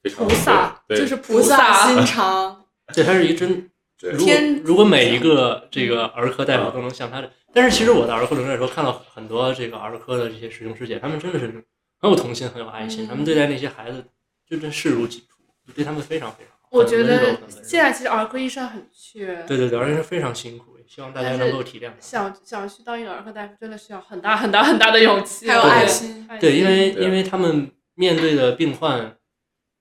[SPEAKER 2] 非常
[SPEAKER 1] 菩萨
[SPEAKER 2] 对
[SPEAKER 1] 就是
[SPEAKER 3] 菩
[SPEAKER 1] 菩
[SPEAKER 3] 萨
[SPEAKER 1] 萨，
[SPEAKER 3] 心肠，
[SPEAKER 4] 对，他是一真。
[SPEAKER 2] 对
[SPEAKER 4] 如果
[SPEAKER 3] 天
[SPEAKER 4] 如果每一个这个儿科大夫都能像他的，但是其实我在儿科轮诊的时候看到很多这个儿科的这些师兄师姐，他们真的是很有童心，很有爱心，
[SPEAKER 3] 嗯
[SPEAKER 4] 他们对待那些孩子就真视如己出，就对他们非常非常好。
[SPEAKER 1] 我
[SPEAKER 4] 很
[SPEAKER 1] 觉
[SPEAKER 4] 温柔
[SPEAKER 1] 得
[SPEAKER 4] 很温柔
[SPEAKER 1] 现在其实儿科医生很缺，
[SPEAKER 4] 对对对，而且是非常辛苦，也希望大家能够体谅他。
[SPEAKER 1] 想想去当一个儿科大夫，真的需要很大很大很大的勇气，
[SPEAKER 3] 还有
[SPEAKER 4] 对
[SPEAKER 3] 爱心，
[SPEAKER 1] 爱
[SPEAKER 4] 对，因为
[SPEAKER 2] 对啊
[SPEAKER 4] 因为他们面对的病患，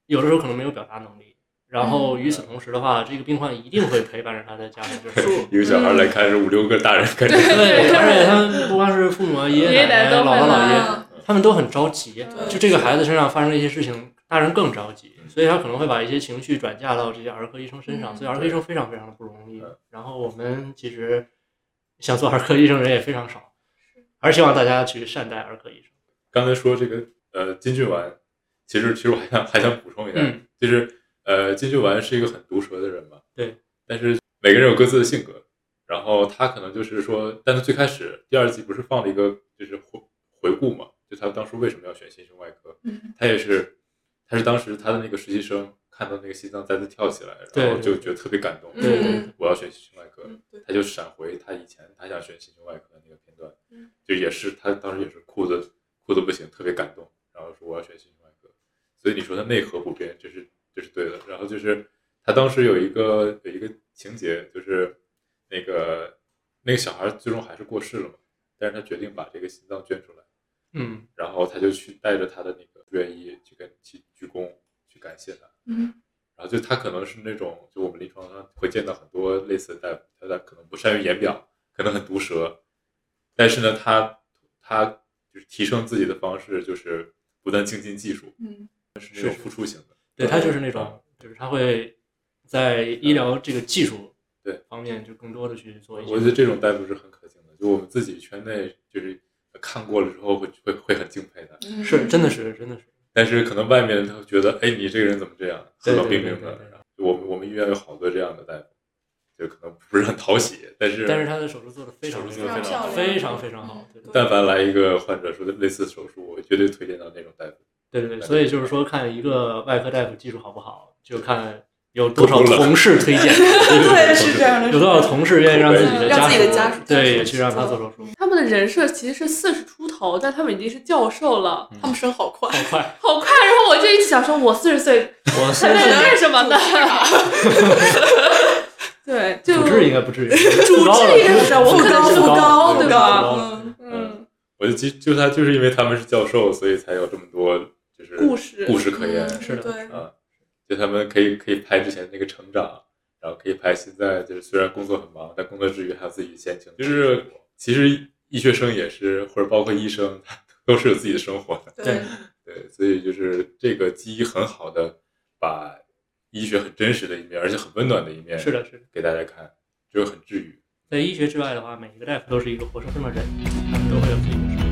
[SPEAKER 4] 有的时候可能没有表达能力，然后与此同时的话，这个病患一定会陪伴着他的家人，就是
[SPEAKER 3] 住
[SPEAKER 2] 一个小孩来看是五六个大人看着，
[SPEAKER 4] 对， 而且他们不光是父母啊、爷
[SPEAKER 1] 爷爷奶
[SPEAKER 4] 奶
[SPEAKER 1] 奶
[SPEAKER 4] 奶、
[SPEAKER 1] 都
[SPEAKER 4] 姥姥
[SPEAKER 1] 会
[SPEAKER 4] 姥
[SPEAKER 1] 来啊
[SPEAKER 4] 爷，他们都很着急
[SPEAKER 1] 对。
[SPEAKER 4] 就这个孩子身上发生了一些事情，大人更着急，所以他可能会把一些情绪转嫁到这些儿科医生身上，
[SPEAKER 3] 嗯
[SPEAKER 4] 所以儿科医生非常非常的不容易。然后我们其实想做儿科医生人也非常少，还是希望大家去善待儿科医生。
[SPEAKER 2] 刚才说这个呃金骏丸，其实其实我还想还想补充一下，
[SPEAKER 4] 嗯
[SPEAKER 2] 就是呃金骏丸是一个很毒舌的人嘛，
[SPEAKER 4] 对，
[SPEAKER 2] 但是每个人有各自的性格，然后他可能就是说，但是最开始第二季不是放了一个就是回回顾嘛，就他当初为什么要选心胸外科，
[SPEAKER 3] 嗯
[SPEAKER 2] 他也是他是当时他的那个实习生看到那个心脏再次跳起来，然后
[SPEAKER 4] 对
[SPEAKER 2] 就觉得特别感动，
[SPEAKER 1] 嗯
[SPEAKER 4] 对对
[SPEAKER 3] 嗯
[SPEAKER 4] 对。
[SPEAKER 2] 我要选心胸外科，
[SPEAKER 3] 嗯对
[SPEAKER 2] 他就闪回他以前他想选心胸外科的那个片段
[SPEAKER 1] 嗯，
[SPEAKER 2] 就也是他当时也是哭的哭的不行，特别感动，然后说我要选心胸外科，所以你说他内核不变，这是这是对的。然后就是他当时有一个有一个情节，就是那个那个小孩最终还是过世了嘛，但是他决定把这个心脏捐出来，
[SPEAKER 4] 嗯，
[SPEAKER 2] 然后他就去带着他的那个住院医去跟去鞠躬去感谢他，
[SPEAKER 3] 嗯，
[SPEAKER 2] 然后就他可能是那种，就我们临床上会见到很多类似的大夫，他的可能不善于言表，可能很毒舌，但是呢，他他就是提升自己的方式就是不断精进技术，
[SPEAKER 3] 嗯，
[SPEAKER 2] 是那种付出型的，
[SPEAKER 4] 对他就是那种，就是他会在医疗这个技术
[SPEAKER 2] 对
[SPEAKER 4] 方面就更多的去做一些。
[SPEAKER 2] 我觉得这种大夫是很可敬的，就我们自己圈内就是看过了之后会会会很敬佩他，
[SPEAKER 3] 嗯
[SPEAKER 4] 是真的是真的是，
[SPEAKER 2] 但是可能外面他会觉得，哎，你这个人怎么这样，
[SPEAKER 4] 对
[SPEAKER 2] 冷冷
[SPEAKER 4] 对
[SPEAKER 2] 冰
[SPEAKER 4] 对
[SPEAKER 2] 冰
[SPEAKER 4] 对
[SPEAKER 2] 的
[SPEAKER 4] 对。
[SPEAKER 2] 然后我们我们医院有好多这样的大夫，就可能不是很讨喜，但是
[SPEAKER 4] 但是他的手术做的非常
[SPEAKER 2] 手术做得非
[SPEAKER 4] 非常
[SPEAKER 2] 常
[SPEAKER 4] 好
[SPEAKER 2] 好
[SPEAKER 4] 非常非常好，对
[SPEAKER 2] 但凡来一个患者说的类似手术，我绝对推荐到那种大夫。
[SPEAKER 4] 对对对，所以就是说看一个外科大夫技术好不好，就看有多少同事 推荐，
[SPEAKER 3] 对，是这样的，
[SPEAKER 4] 有多少同事愿意让自己的
[SPEAKER 3] 让自己的
[SPEAKER 4] 家
[SPEAKER 3] 家属
[SPEAKER 4] 对也去让他做手术，
[SPEAKER 1] 他们的人设其实是四十出头，但他们已经是教授了，
[SPEAKER 3] 他们生好快，
[SPEAKER 4] 好快，
[SPEAKER 1] 好快。然后我就一直想说，我四十岁
[SPEAKER 4] 我
[SPEAKER 1] 还
[SPEAKER 4] 三
[SPEAKER 1] 在
[SPEAKER 4] 十
[SPEAKER 1] 这干什么呢？ 对，就
[SPEAKER 4] 主治应该不至于，主高了，
[SPEAKER 1] 我可能是
[SPEAKER 4] 不
[SPEAKER 1] 不
[SPEAKER 4] 高
[SPEAKER 1] 高
[SPEAKER 4] 对
[SPEAKER 1] 对
[SPEAKER 4] 吧？
[SPEAKER 1] 吧
[SPEAKER 4] 嗯
[SPEAKER 1] 嗯，
[SPEAKER 2] 我就就就他就是因为他们是教授，所以才有这么多就是
[SPEAKER 3] 故事
[SPEAKER 2] 故事可言。
[SPEAKER 3] 嗯
[SPEAKER 4] 是的呃
[SPEAKER 3] 对，。
[SPEAKER 2] 啊，就他们可以可以拍之前那个成长，然后可以拍现在就是虽然工作很忙，但工作之余还有自己的闲情。就是其实医学生也是，或者包括医生，都是有自己的生活的。
[SPEAKER 4] 对，
[SPEAKER 2] 对，所以就是这个记忆很好的把医学很真实的一面，而且很温暖的一面，
[SPEAKER 4] 是的，是的。
[SPEAKER 2] 给大家看，就是很治愈。
[SPEAKER 4] 在医学之外的话，每一个大夫都是一个活生生的人，他们都会有自己的生活。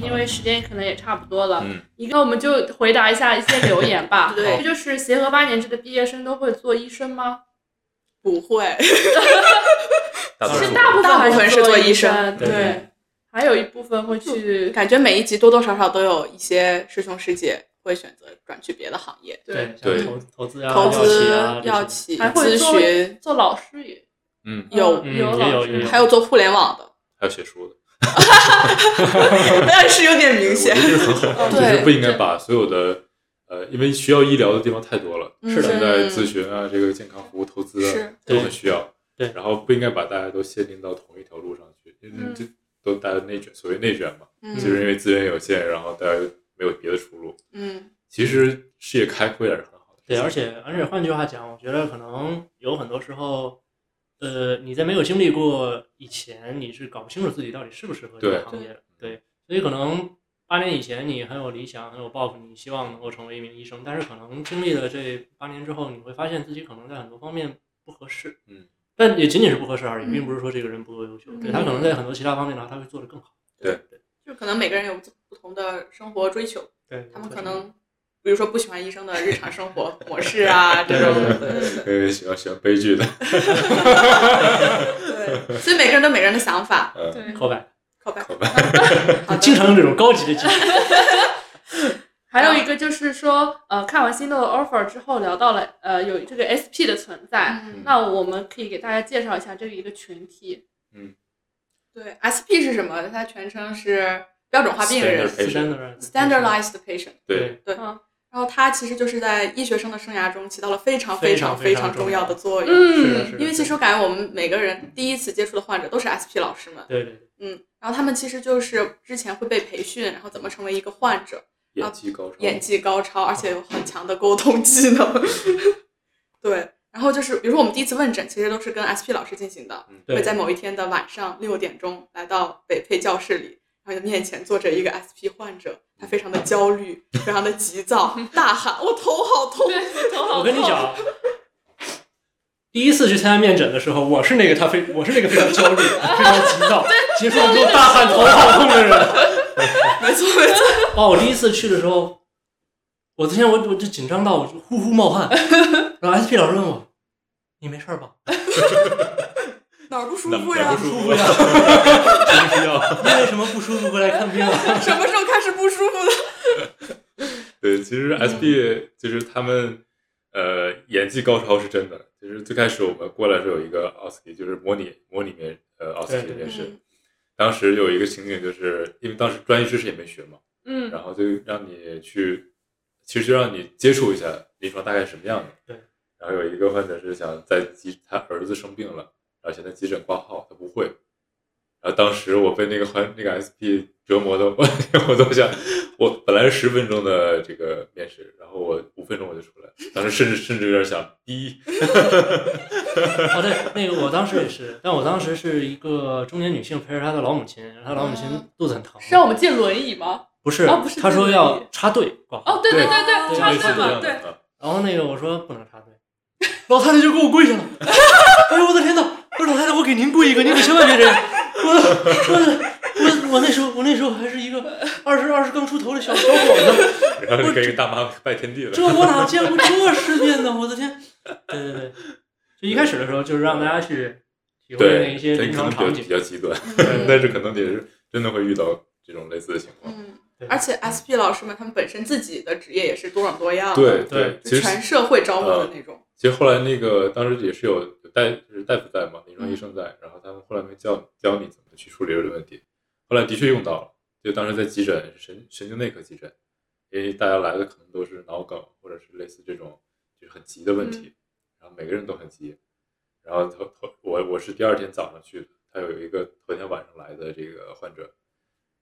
[SPEAKER 1] 因为时间可能也差不多了，
[SPEAKER 2] 嗯，
[SPEAKER 1] 一个我们就回答一下一些留言吧
[SPEAKER 3] 对
[SPEAKER 1] 这就是协和八年制的毕业生都会做医生吗？
[SPEAKER 3] 不会，
[SPEAKER 2] 大多
[SPEAKER 4] 其
[SPEAKER 2] 数
[SPEAKER 4] 实
[SPEAKER 1] 大部
[SPEAKER 3] 大
[SPEAKER 1] 还
[SPEAKER 3] 部分
[SPEAKER 1] 是
[SPEAKER 3] 是做
[SPEAKER 1] 医
[SPEAKER 3] 医生
[SPEAKER 4] 对
[SPEAKER 1] 对，还有一部分会去
[SPEAKER 3] 感觉每一集多多少少都有一些师兄师姐会选择转去别的行业，
[SPEAKER 1] 对，
[SPEAKER 4] 像投投资啊、
[SPEAKER 3] 投资
[SPEAKER 4] 药、企啊
[SPEAKER 3] 药
[SPEAKER 4] 这些，
[SPEAKER 3] 企、
[SPEAKER 1] 还会
[SPEAKER 3] 咨
[SPEAKER 1] 做
[SPEAKER 3] 询，
[SPEAKER 1] 做老师也
[SPEAKER 2] 嗯，
[SPEAKER 3] 有
[SPEAKER 4] 嗯
[SPEAKER 1] 有
[SPEAKER 4] 也有
[SPEAKER 1] 老
[SPEAKER 4] 也
[SPEAKER 1] 师，
[SPEAKER 3] 还有做互联网 的，
[SPEAKER 2] 还有写书的，
[SPEAKER 3] 但是有点明
[SPEAKER 2] 我觉
[SPEAKER 3] 显
[SPEAKER 2] 得，这是 很好的，
[SPEAKER 3] 对
[SPEAKER 2] 就是不应该把所有的呃，因为需要医疗的地方太多了，
[SPEAKER 3] 嗯是的
[SPEAKER 2] 现在咨询啊，这个健康服务投资啊
[SPEAKER 3] 是，
[SPEAKER 2] 都很需要。
[SPEAKER 4] 对
[SPEAKER 2] 然后不应该把大家都限定到同一条路上去，因为这都大家内卷，所谓内卷嘛，
[SPEAKER 3] 嗯
[SPEAKER 2] 就是因为资源有限，然后大家没有别的出路。
[SPEAKER 3] 嗯，
[SPEAKER 2] 其实视野开阔也是很好的。
[SPEAKER 4] 对，而且而且换句话讲，我觉得可能有很多时候，呃，你在没有经历过以前，你是搞不清楚自己到底适不适合这个
[SPEAKER 2] 对
[SPEAKER 4] 行业的。对，所以可能八年以前你很有理想、很有抱负，你希望能够成为一名医生，但是可能经历了这八年之后，你会发现自己可能在很多方面不合适。
[SPEAKER 2] 嗯，
[SPEAKER 4] 但也仅仅是不合适而已，
[SPEAKER 3] 嗯
[SPEAKER 4] 并不是说这个人不够优秀。对
[SPEAKER 1] 嗯
[SPEAKER 4] 他可能在很多其他方面的话，他会做得更好。
[SPEAKER 2] 对
[SPEAKER 4] 对
[SPEAKER 3] 就可能每个人有不同的生活追求，
[SPEAKER 4] 对，
[SPEAKER 3] 他们可能比如说不喜欢医生的日常生活模式啊，这种。
[SPEAKER 4] 对对
[SPEAKER 3] 对对
[SPEAKER 2] 呃，喜欢喜欢悲剧的，
[SPEAKER 3] 对，所以每个人都每个人的想法。
[SPEAKER 2] 呃，
[SPEAKER 1] 对，
[SPEAKER 4] 口白，
[SPEAKER 3] 靠背，
[SPEAKER 2] 好吧，
[SPEAKER 3] 好的
[SPEAKER 4] 经常用这种高级的技巧。
[SPEAKER 1] 还有一个就是说，呃，看完新的 offer 之后，聊到了呃有这个 SP 的存在，
[SPEAKER 3] 嗯
[SPEAKER 1] 那我们可以给大家介绍一下这个一个群体。
[SPEAKER 3] 对，SP 是什么？它全称是标准化病人
[SPEAKER 2] Standard patient
[SPEAKER 3] （Standardized Patient）。
[SPEAKER 2] 对，
[SPEAKER 3] 哎对
[SPEAKER 1] 嗯，
[SPEAKER 3] 然后它其实就是在医学生的生涯中起到了非常
[SPEAKER 4] 非常
[SPEAKER 3] 常
[SPEAKER 4] 非
[SPEAKER 3] 非
[SPEAKER 4] 常
[SPEAKER 3] 常重要的作用。
[SPEAKER 4] 是的
[SPEAKER 1] 嗯
[SPEAKER 4] 是的
[SPEAKER 3] 因为其实我感觉我们每个人第一次接触的患者都是 SP 老师们，
[SPEAKER 4] 对对对，
[SPEAKER 3] 嗯，然后他们其实就是之前会被培训，然后怎么成为一个患者，
[SPEAKER 2] 演技高超，
[SPEAKER 3] 啊演技高超，而且有很强的沟通技能。对，然后就是比如说我们第一次问诊，其实都是跟 SP 老师进行的，
[SPEAKER 2] 嗯，
[SPEAKER 4] 对
[SPEAKER 3] 会在某一天的晚上六点钟来到北配教室里，然后面前坐着一个 SP 患者，他非常的焦虑，非常的急躁，大喊：“我头好痛！”
[SPEAKER 4] 我跟你讲，啊第一次去参加面诊的时候，我是那个他非我是那个非常焦虑、非常急 躁、结束之后大喊头好痛的人。
[SPEAKER 3] 没错没错，
[SPEAKER 4] 哦，我第一次去的时候，我之前我我就紧张到我就呼呼冒 汗，然后 SP 老师问我：“你没事儿吧？”
[SPEAKER 3] 哪儿不舒
[SPEAKER 2] 哪
[SPEAKER 3] 服
[SPEAKER 2] 哪
[SPEAKER 3] 呀
[SPEAKER 2] 不？舒
[SPEAKER 4] 舒
[SPEAKER 2] 服
[SPEAKER 4] 服呀？
[SPEAKER 2] 真是要。
[SPEAKER 4] 因为什么不舒服过来看病啊？
[SPEAKER 3] 什么时候开始不舒服的？
[SPEAKER 2] 对，其实 SP 就是他们，呃，演技高超是真的。就是最开始我们过来的时候有一个奥斯汀，就是模拟模拟面呃奥斯汀
[SPEAKER 4] 对
[SPEAKER 2] 面试
[SPEAKER 3] 嗯，
[SPEAKER 2] 当时有一个情景，就是因为当时专业知识也没学嘛，
[SPEAKER 1] 嗯，
[SPEAKER 2] 然后就让你去，其实就让你接触一下临床大概什么样的。
[SPEAKER 4] 对。
[SPEAKER 2] 然后有一个患者是想在急，他儿子生病了，然后想在急诊挂号，他不会。然后当时我被那个患那个 SP 折磨的，我 我都想，我本来是十分钟的这个面试，然后我五分钟我就出来，当时甚至甚至有点想逼。
[SPEAKER 4] 哦，对，那个我当时也是，但我当时是一个中年女性陪着她的老母亲，她老母亲肚子很疼，
[SPEAKER 1] 哦是让我们借轮椅吗？
[SPEAKER 4] 不是
[SPEAKER 1] 哦不是
[SPEAKER 4] 她说
[SPEAKER 1] 那
[SPEAKER 4] 要
[SPEAKER 1] 个
[SPEAKER 4] 插队挂号
[SPEAKER 1] 哦，对
[SPEAKER 2] 对
[SPEAKER 1] 对对，
[SPEAKER 3] 对
[SPEAKER 1] 插
[SPEAKER 2] 类似
[SPEAKER 1] 队
[SPEAKER 2] 这
[SPEAKER 1] 嘛，
[SPEAKER 2] 样的
[SPEAKER 1] 对，
[SPEAKER 2] 啊，
[SPEAKER 4] 然后那个我说不能插队，老太太就给我跪下了， 哎呦我的天呐，我说老太太我给您跪一个，您可千万别这样，我我我我那时候我那时候还是一个二十二十刚出头的小小伙子。
[SPEAKER 2] 然后就给一个大妈拜天地了。
[SPEAKER 4] 这我哪见过这世面呢？我的天！对对对，就一开始的时候就是让大家去体会那
[SPEAKER 2] 对，
[SPEAKER 4] 一些
[SPEAKER 2] 这
[SPEAKER 4] 临
[SPEAKER 2] 可
[SPEAKER 4] 床
[SPEAKER 2] 能比较比
[SPEAKER 4] 场景。
[SPEAKER 2] 较极端，
[SPEAKER 3] 嗯
[SPEAKER 2] 但是可能也是真的会遇到这种类似的情况。
[SPEAKER 3] 嗯
[SPEAKER 4] 对，
[SPEAKER 3] 而且 SP 老师们他们本身自己的职业也是多种多 样，，
[SPEAKER 2] 对
[SPEAKER 4] 对
[SPEAKER 2] 其实呃
[SPEAKER 3] 全社会招募的那种。
[SPEAKER 2] 其实后来那个当时也是有有大就是大夫在嘛，临床医生在，然后他们后来没教教你怎么去处理这个问题，后来的确用到了，就当时在急诊神神经内科急诊，因为大家来的可能都是脑梗或者是类似这种就是很急的问题，然后每个人都很急，然后头头我我是第二天早上去的，他有一个头天晚上来的这个患者，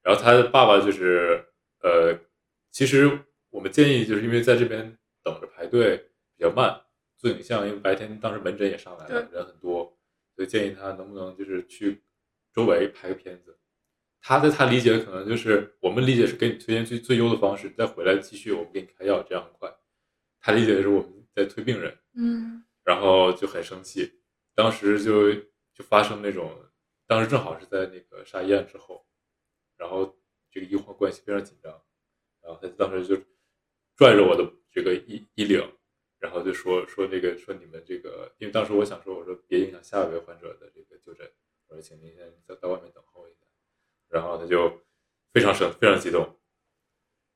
[SPEAKER 2] 然后他的爸爸就是呃，其实我们建议就是因为在这边等着排队比较慢，做影像因为白天当时门诊也上来了，人很多，所以建议他能不能就是去周围拍个片子。他在他理解可能就是我们理解是给你推荐最最优的方式，再回来继续我们给你开药，这样很快。他理解的是我们在推病人，
[SPEAKER 3] 嗯，
[SPEAKER 2] 然后就很生气，当时就就发生那种，当时正好是在那个杀医案之后，然后这个医患关系非常紧张，然后他当时就拽着我的这个衣衣领，然后就说说那个说你们这个，因为当时我想说我说别影响下一位患者的这个就诊，我说请您先在在外面等候一下，然后他就非常生非常激动。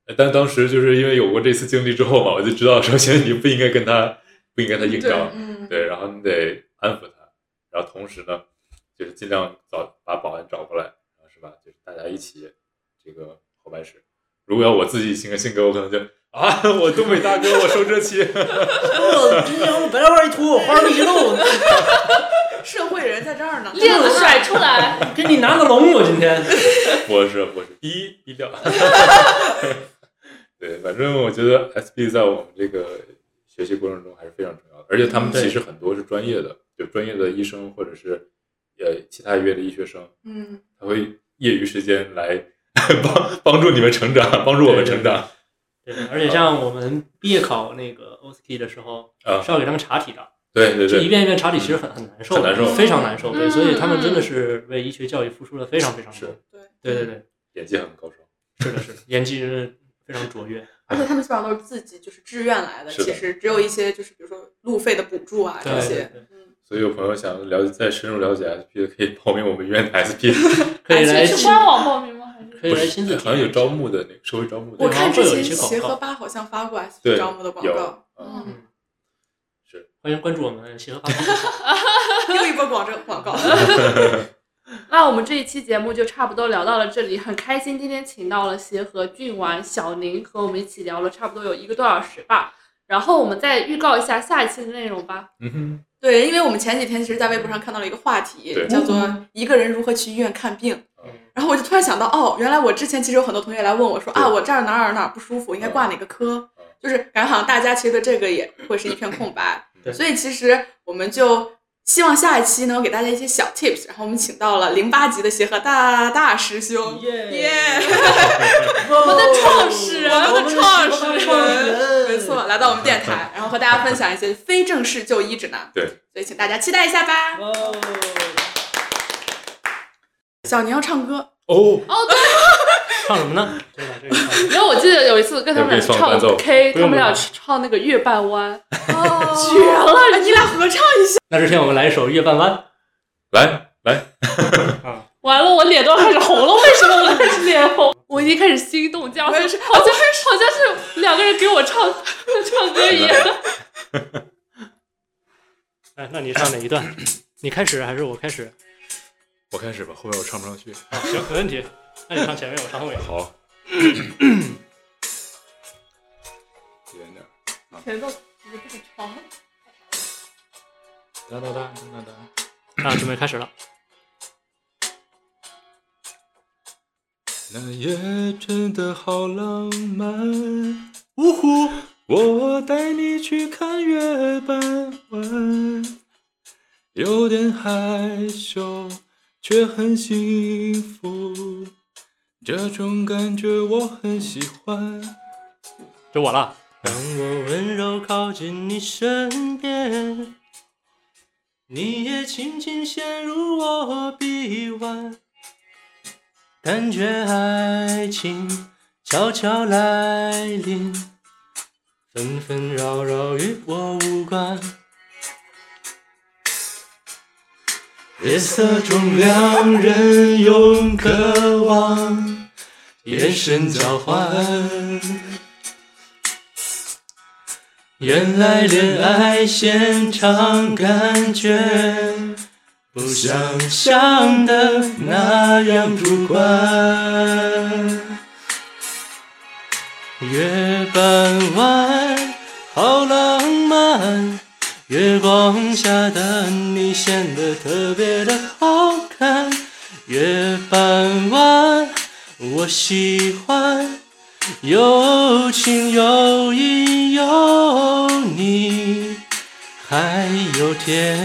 [SPEAKER 2] 呃但当时就是因为有过这次经历之后嘛，我就知道， 首先你不应该跟他不应该跟他硬
[SPEAKER 1] 对
[SPEAKER 2] 刚，
[SPEAKER 3] 嗯，
[SPEAKER 2] 对，然后你得安抚他，然后同时呢，就是尽量找把保安找过来，然后是吧？就是大家一起这个好办事。如果要我自己性格性格，我可能就啊，我东北大哥，我受这气。
[SPEAKER 4] 我今天我白大褂一脱，我花儿一露，
[SPEAKER 3] 社会人在这儿呢，
[SPEAKER 1] 链子甩出来，哎
[SPEAKER 4] 给你拿个龙！我今天
[SPEAKER 2] 我是我是低低调。对，反正我觉得 SB 在我们这个学习过程中还是非常重要的，而且他们其实很多是专业的，就专业的医生或者是呃其他医院的医学生，
[SPEAKER 3] 嗯，
[SPEAKER 2] 他会业余时间来 帮帮助你们成长，帮助我们成长。
[SPEAKER 4] 对，而且像我们毕业考那个 OSK 的时候，
[SPEAKER 2] 啊
[SPEAKER 4] 是要给他们查体的，
[SPEAKER 2] 对对
[SPEAKER 4] 这一
[SPEAKER 2] 对，
[SPEAKER 4] 遍一遍查体其实很很难受的，
[SPEAKER 2] 很难受
[SPEAKER 4] 非常难受。对，
[SPEAKER 1] 嗯
[SPEAKER 4] 所以他们真的是为医学教育付出了非常非常多
[SPEAKER 2] 是。
[SPEAKER 3] 对
[SPEAKER 4] 对对对，
[SPEAKER 2] 演技很高超。
[SPEAKER 4] 是的，是的，演技真的非常卓越。
[SPEAKER 3] 而且他们基本上都是自己就是志愿来的，
[SPEAKER 2] 是的
[SPEAKER 3] 其实只有一些就是比如说路费的补助啊
[SPEAKER 4] 对
[SPEAKER 3] 这些，
[SPEAKER 4] 对
[SPEAKER 3] 嗯，
[SPEAKER 2] 所以有朋友想了解再深入了解 SP 的，可以报名我们医院的 SP，
[SPEAKER 4] 可以来
[SPEAKER 1] 哎是
[SPEAKER 4] 亲，
[SPEAKER 1] 官网报名吗？还
[SPEAKER 4] 可
[SPEAKER 1] 是
[SPEAKER 4] 以来亲自体
[SPEAKER 2] 好像
[SPEAKER 4] 验
[SPEAKER 2] 有
[SPEAKER 4] 一
[SPEAKER 2] 招
[SPEAKER 4] 下，
[SPEAKER 2] 募的那个社会招募的，
[SPEAKER 3] 我看之
[SPEAKER 4] 会有
[SPEAKER 3] 前
[SPEAKER 4] 一些广告
[SPEAKER 3] 协和吧好像发过 S
[SPEAKER 2] 对
[SPEAKER 3] P 招募的广
[SPEAKER 2] 有
[SPEAKER 3] 告，
[SPEAKER 2] 啊
[SPEAKER 3] 嗯，
[SPEAKER 4] 欢迎关注我们协和发布。
[SPEAKER 3] 又一波广告广告，
[SPEAKER 1] 那我们这一期节目就差不多聊到了这里，很开心今天请到了协和俊丸、小宁和我们一起聊了差不多有一个多小时吧。然后我们再预告一下下一期的内容吧。
[SPEAKER 2] 嗯哼，
[SPEAKER 3] 对，因为我们前几天其实，在微博上看到了一个话题
[SPEAKER 2] 对，
[SPEAKER 3] 叫做一个人如何去医院看病。
[SPEAKER 2] 啊
[SPEAKER 4] 嗯
[SPEAKER 3] 然后我就突然想到，哦，原来我之前其实有很多同学来问我说
[SPEAKER 2] 对
[SPEAKER 3] 啊，我这儿哪儿哪儿哪儿不舒服，应该挂哪个科
[SPEAKER 2] 嗯？
[SPEAKER 3] 就是感觉好像大家其实对这个 也会是一片空白
[SPEAKER 4] 对，
[SPEAKER 3] 所以其实我们就希望下一期能够给大家一些小 tips。然后我们请到了零八级的协和大大师兄，
[SPEAKER 4] 耶
[SPEAKER 3] 耶！
[SPEAKER 4] 我
[SPEAKER 3] 们的创始人
[SPEAKER 4] 们的
[SPEAKER 3] 创
[SPEAKER 4] 始人
[SPEAKER 3] 人，没错，来到我们电台，然后和大家分享一些非正式就医指南。
[SPEAKER 2] 对，
[SPEAKER 3] 所以请大家期待一下吧。
[SPEAKER 4] 哇哦
[SPEAKER 3] 小宁要唱歌，
[SPEAKER 2] 哦，
[SPEAKER 4] 唱什么呢？对吧？这个唱
[SPEAKER 1] 因为我记得有一次跟他们俩去
[SPEAKER 2] 要不给
[SPEAKER 1] 唱
[SPEAKER 2] 你放伴奏
[SPEAKER 1] K，
[SPEAKER 4] 不
[SPEAKER 1] 他
[SPEAKER 4] 用
[SPEAKER 1] 们俩
[SPEAKER 4] 了
[SPEAKER 1] 去唱那个《月半弯》，
[SPEAKER 3] 绝了！你俩合唱一下。
[SPEAKER 4] 那之前我们来一首《月半弯》。
[SPEAKER 2] 来来，
[SPEAKER 1] 完了我脸都要开始红了。为什么我开始脸红？ 我已经开始心动，这样
[SPEAKER 3] 我也
[SPEAKER 1] 子
[SPEAKER 3] 是
[SPEAKER 1] 好像好像是两个人给我唱 唱歌一样。
[SPEAKER 4] 哎，那你唱哪一 段？你开始还是我开始？
[SPEAKER 2] 我开始吧，后面我唱不上去。
[SPEAKER 4] 啊，行，没问题。那你唱前面，我唱后面。
[SPEAKER 2] 好， 远点儿。
[SPEAKER 1] 前奏怎么这么长？
[SPEAKER 2] 哒哒哒哒哒。
[SPEAKER 4] 啊，准备开始了。
[SPEAKER 2] 那夜真的好浪漫，呜呼！我带你去看月半弯，有点害羞，却很幸福，这种感觉我很喜欢。
[SPEAKER 4] 就我了。当我温柔靠近你身边，你也轻轻陷入我臂弯，感觉爱情悄悄来临，纷纷扰扰与我无关。夜色中，两人永渴望，眼神交换。原来恋爱现场感觉不想象的那样主观。月半弯，好浪漫，月光下的你显得特别的好看。月半弯，我喜欢。有情有义有你，还有天。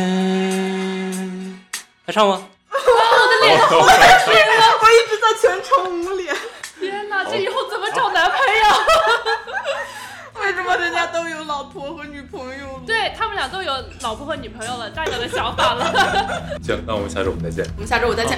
[SPEAKER 4] 还唱吗？
[SPEAKER 3] 我一直在全程捂脸，
[SPEAKER 1] 天哪，这以后怎么找男朋友？
[SPEAKER 3] 为什么人家都有老婆和女朋友了？，
[SPEAKER 1] 对他们俩都有老婆和女朋友了，大有的想法了。
[SPEAKER 2] 行，那我们下周我们再见。
[SPEAKER 3] 我们下周五再见，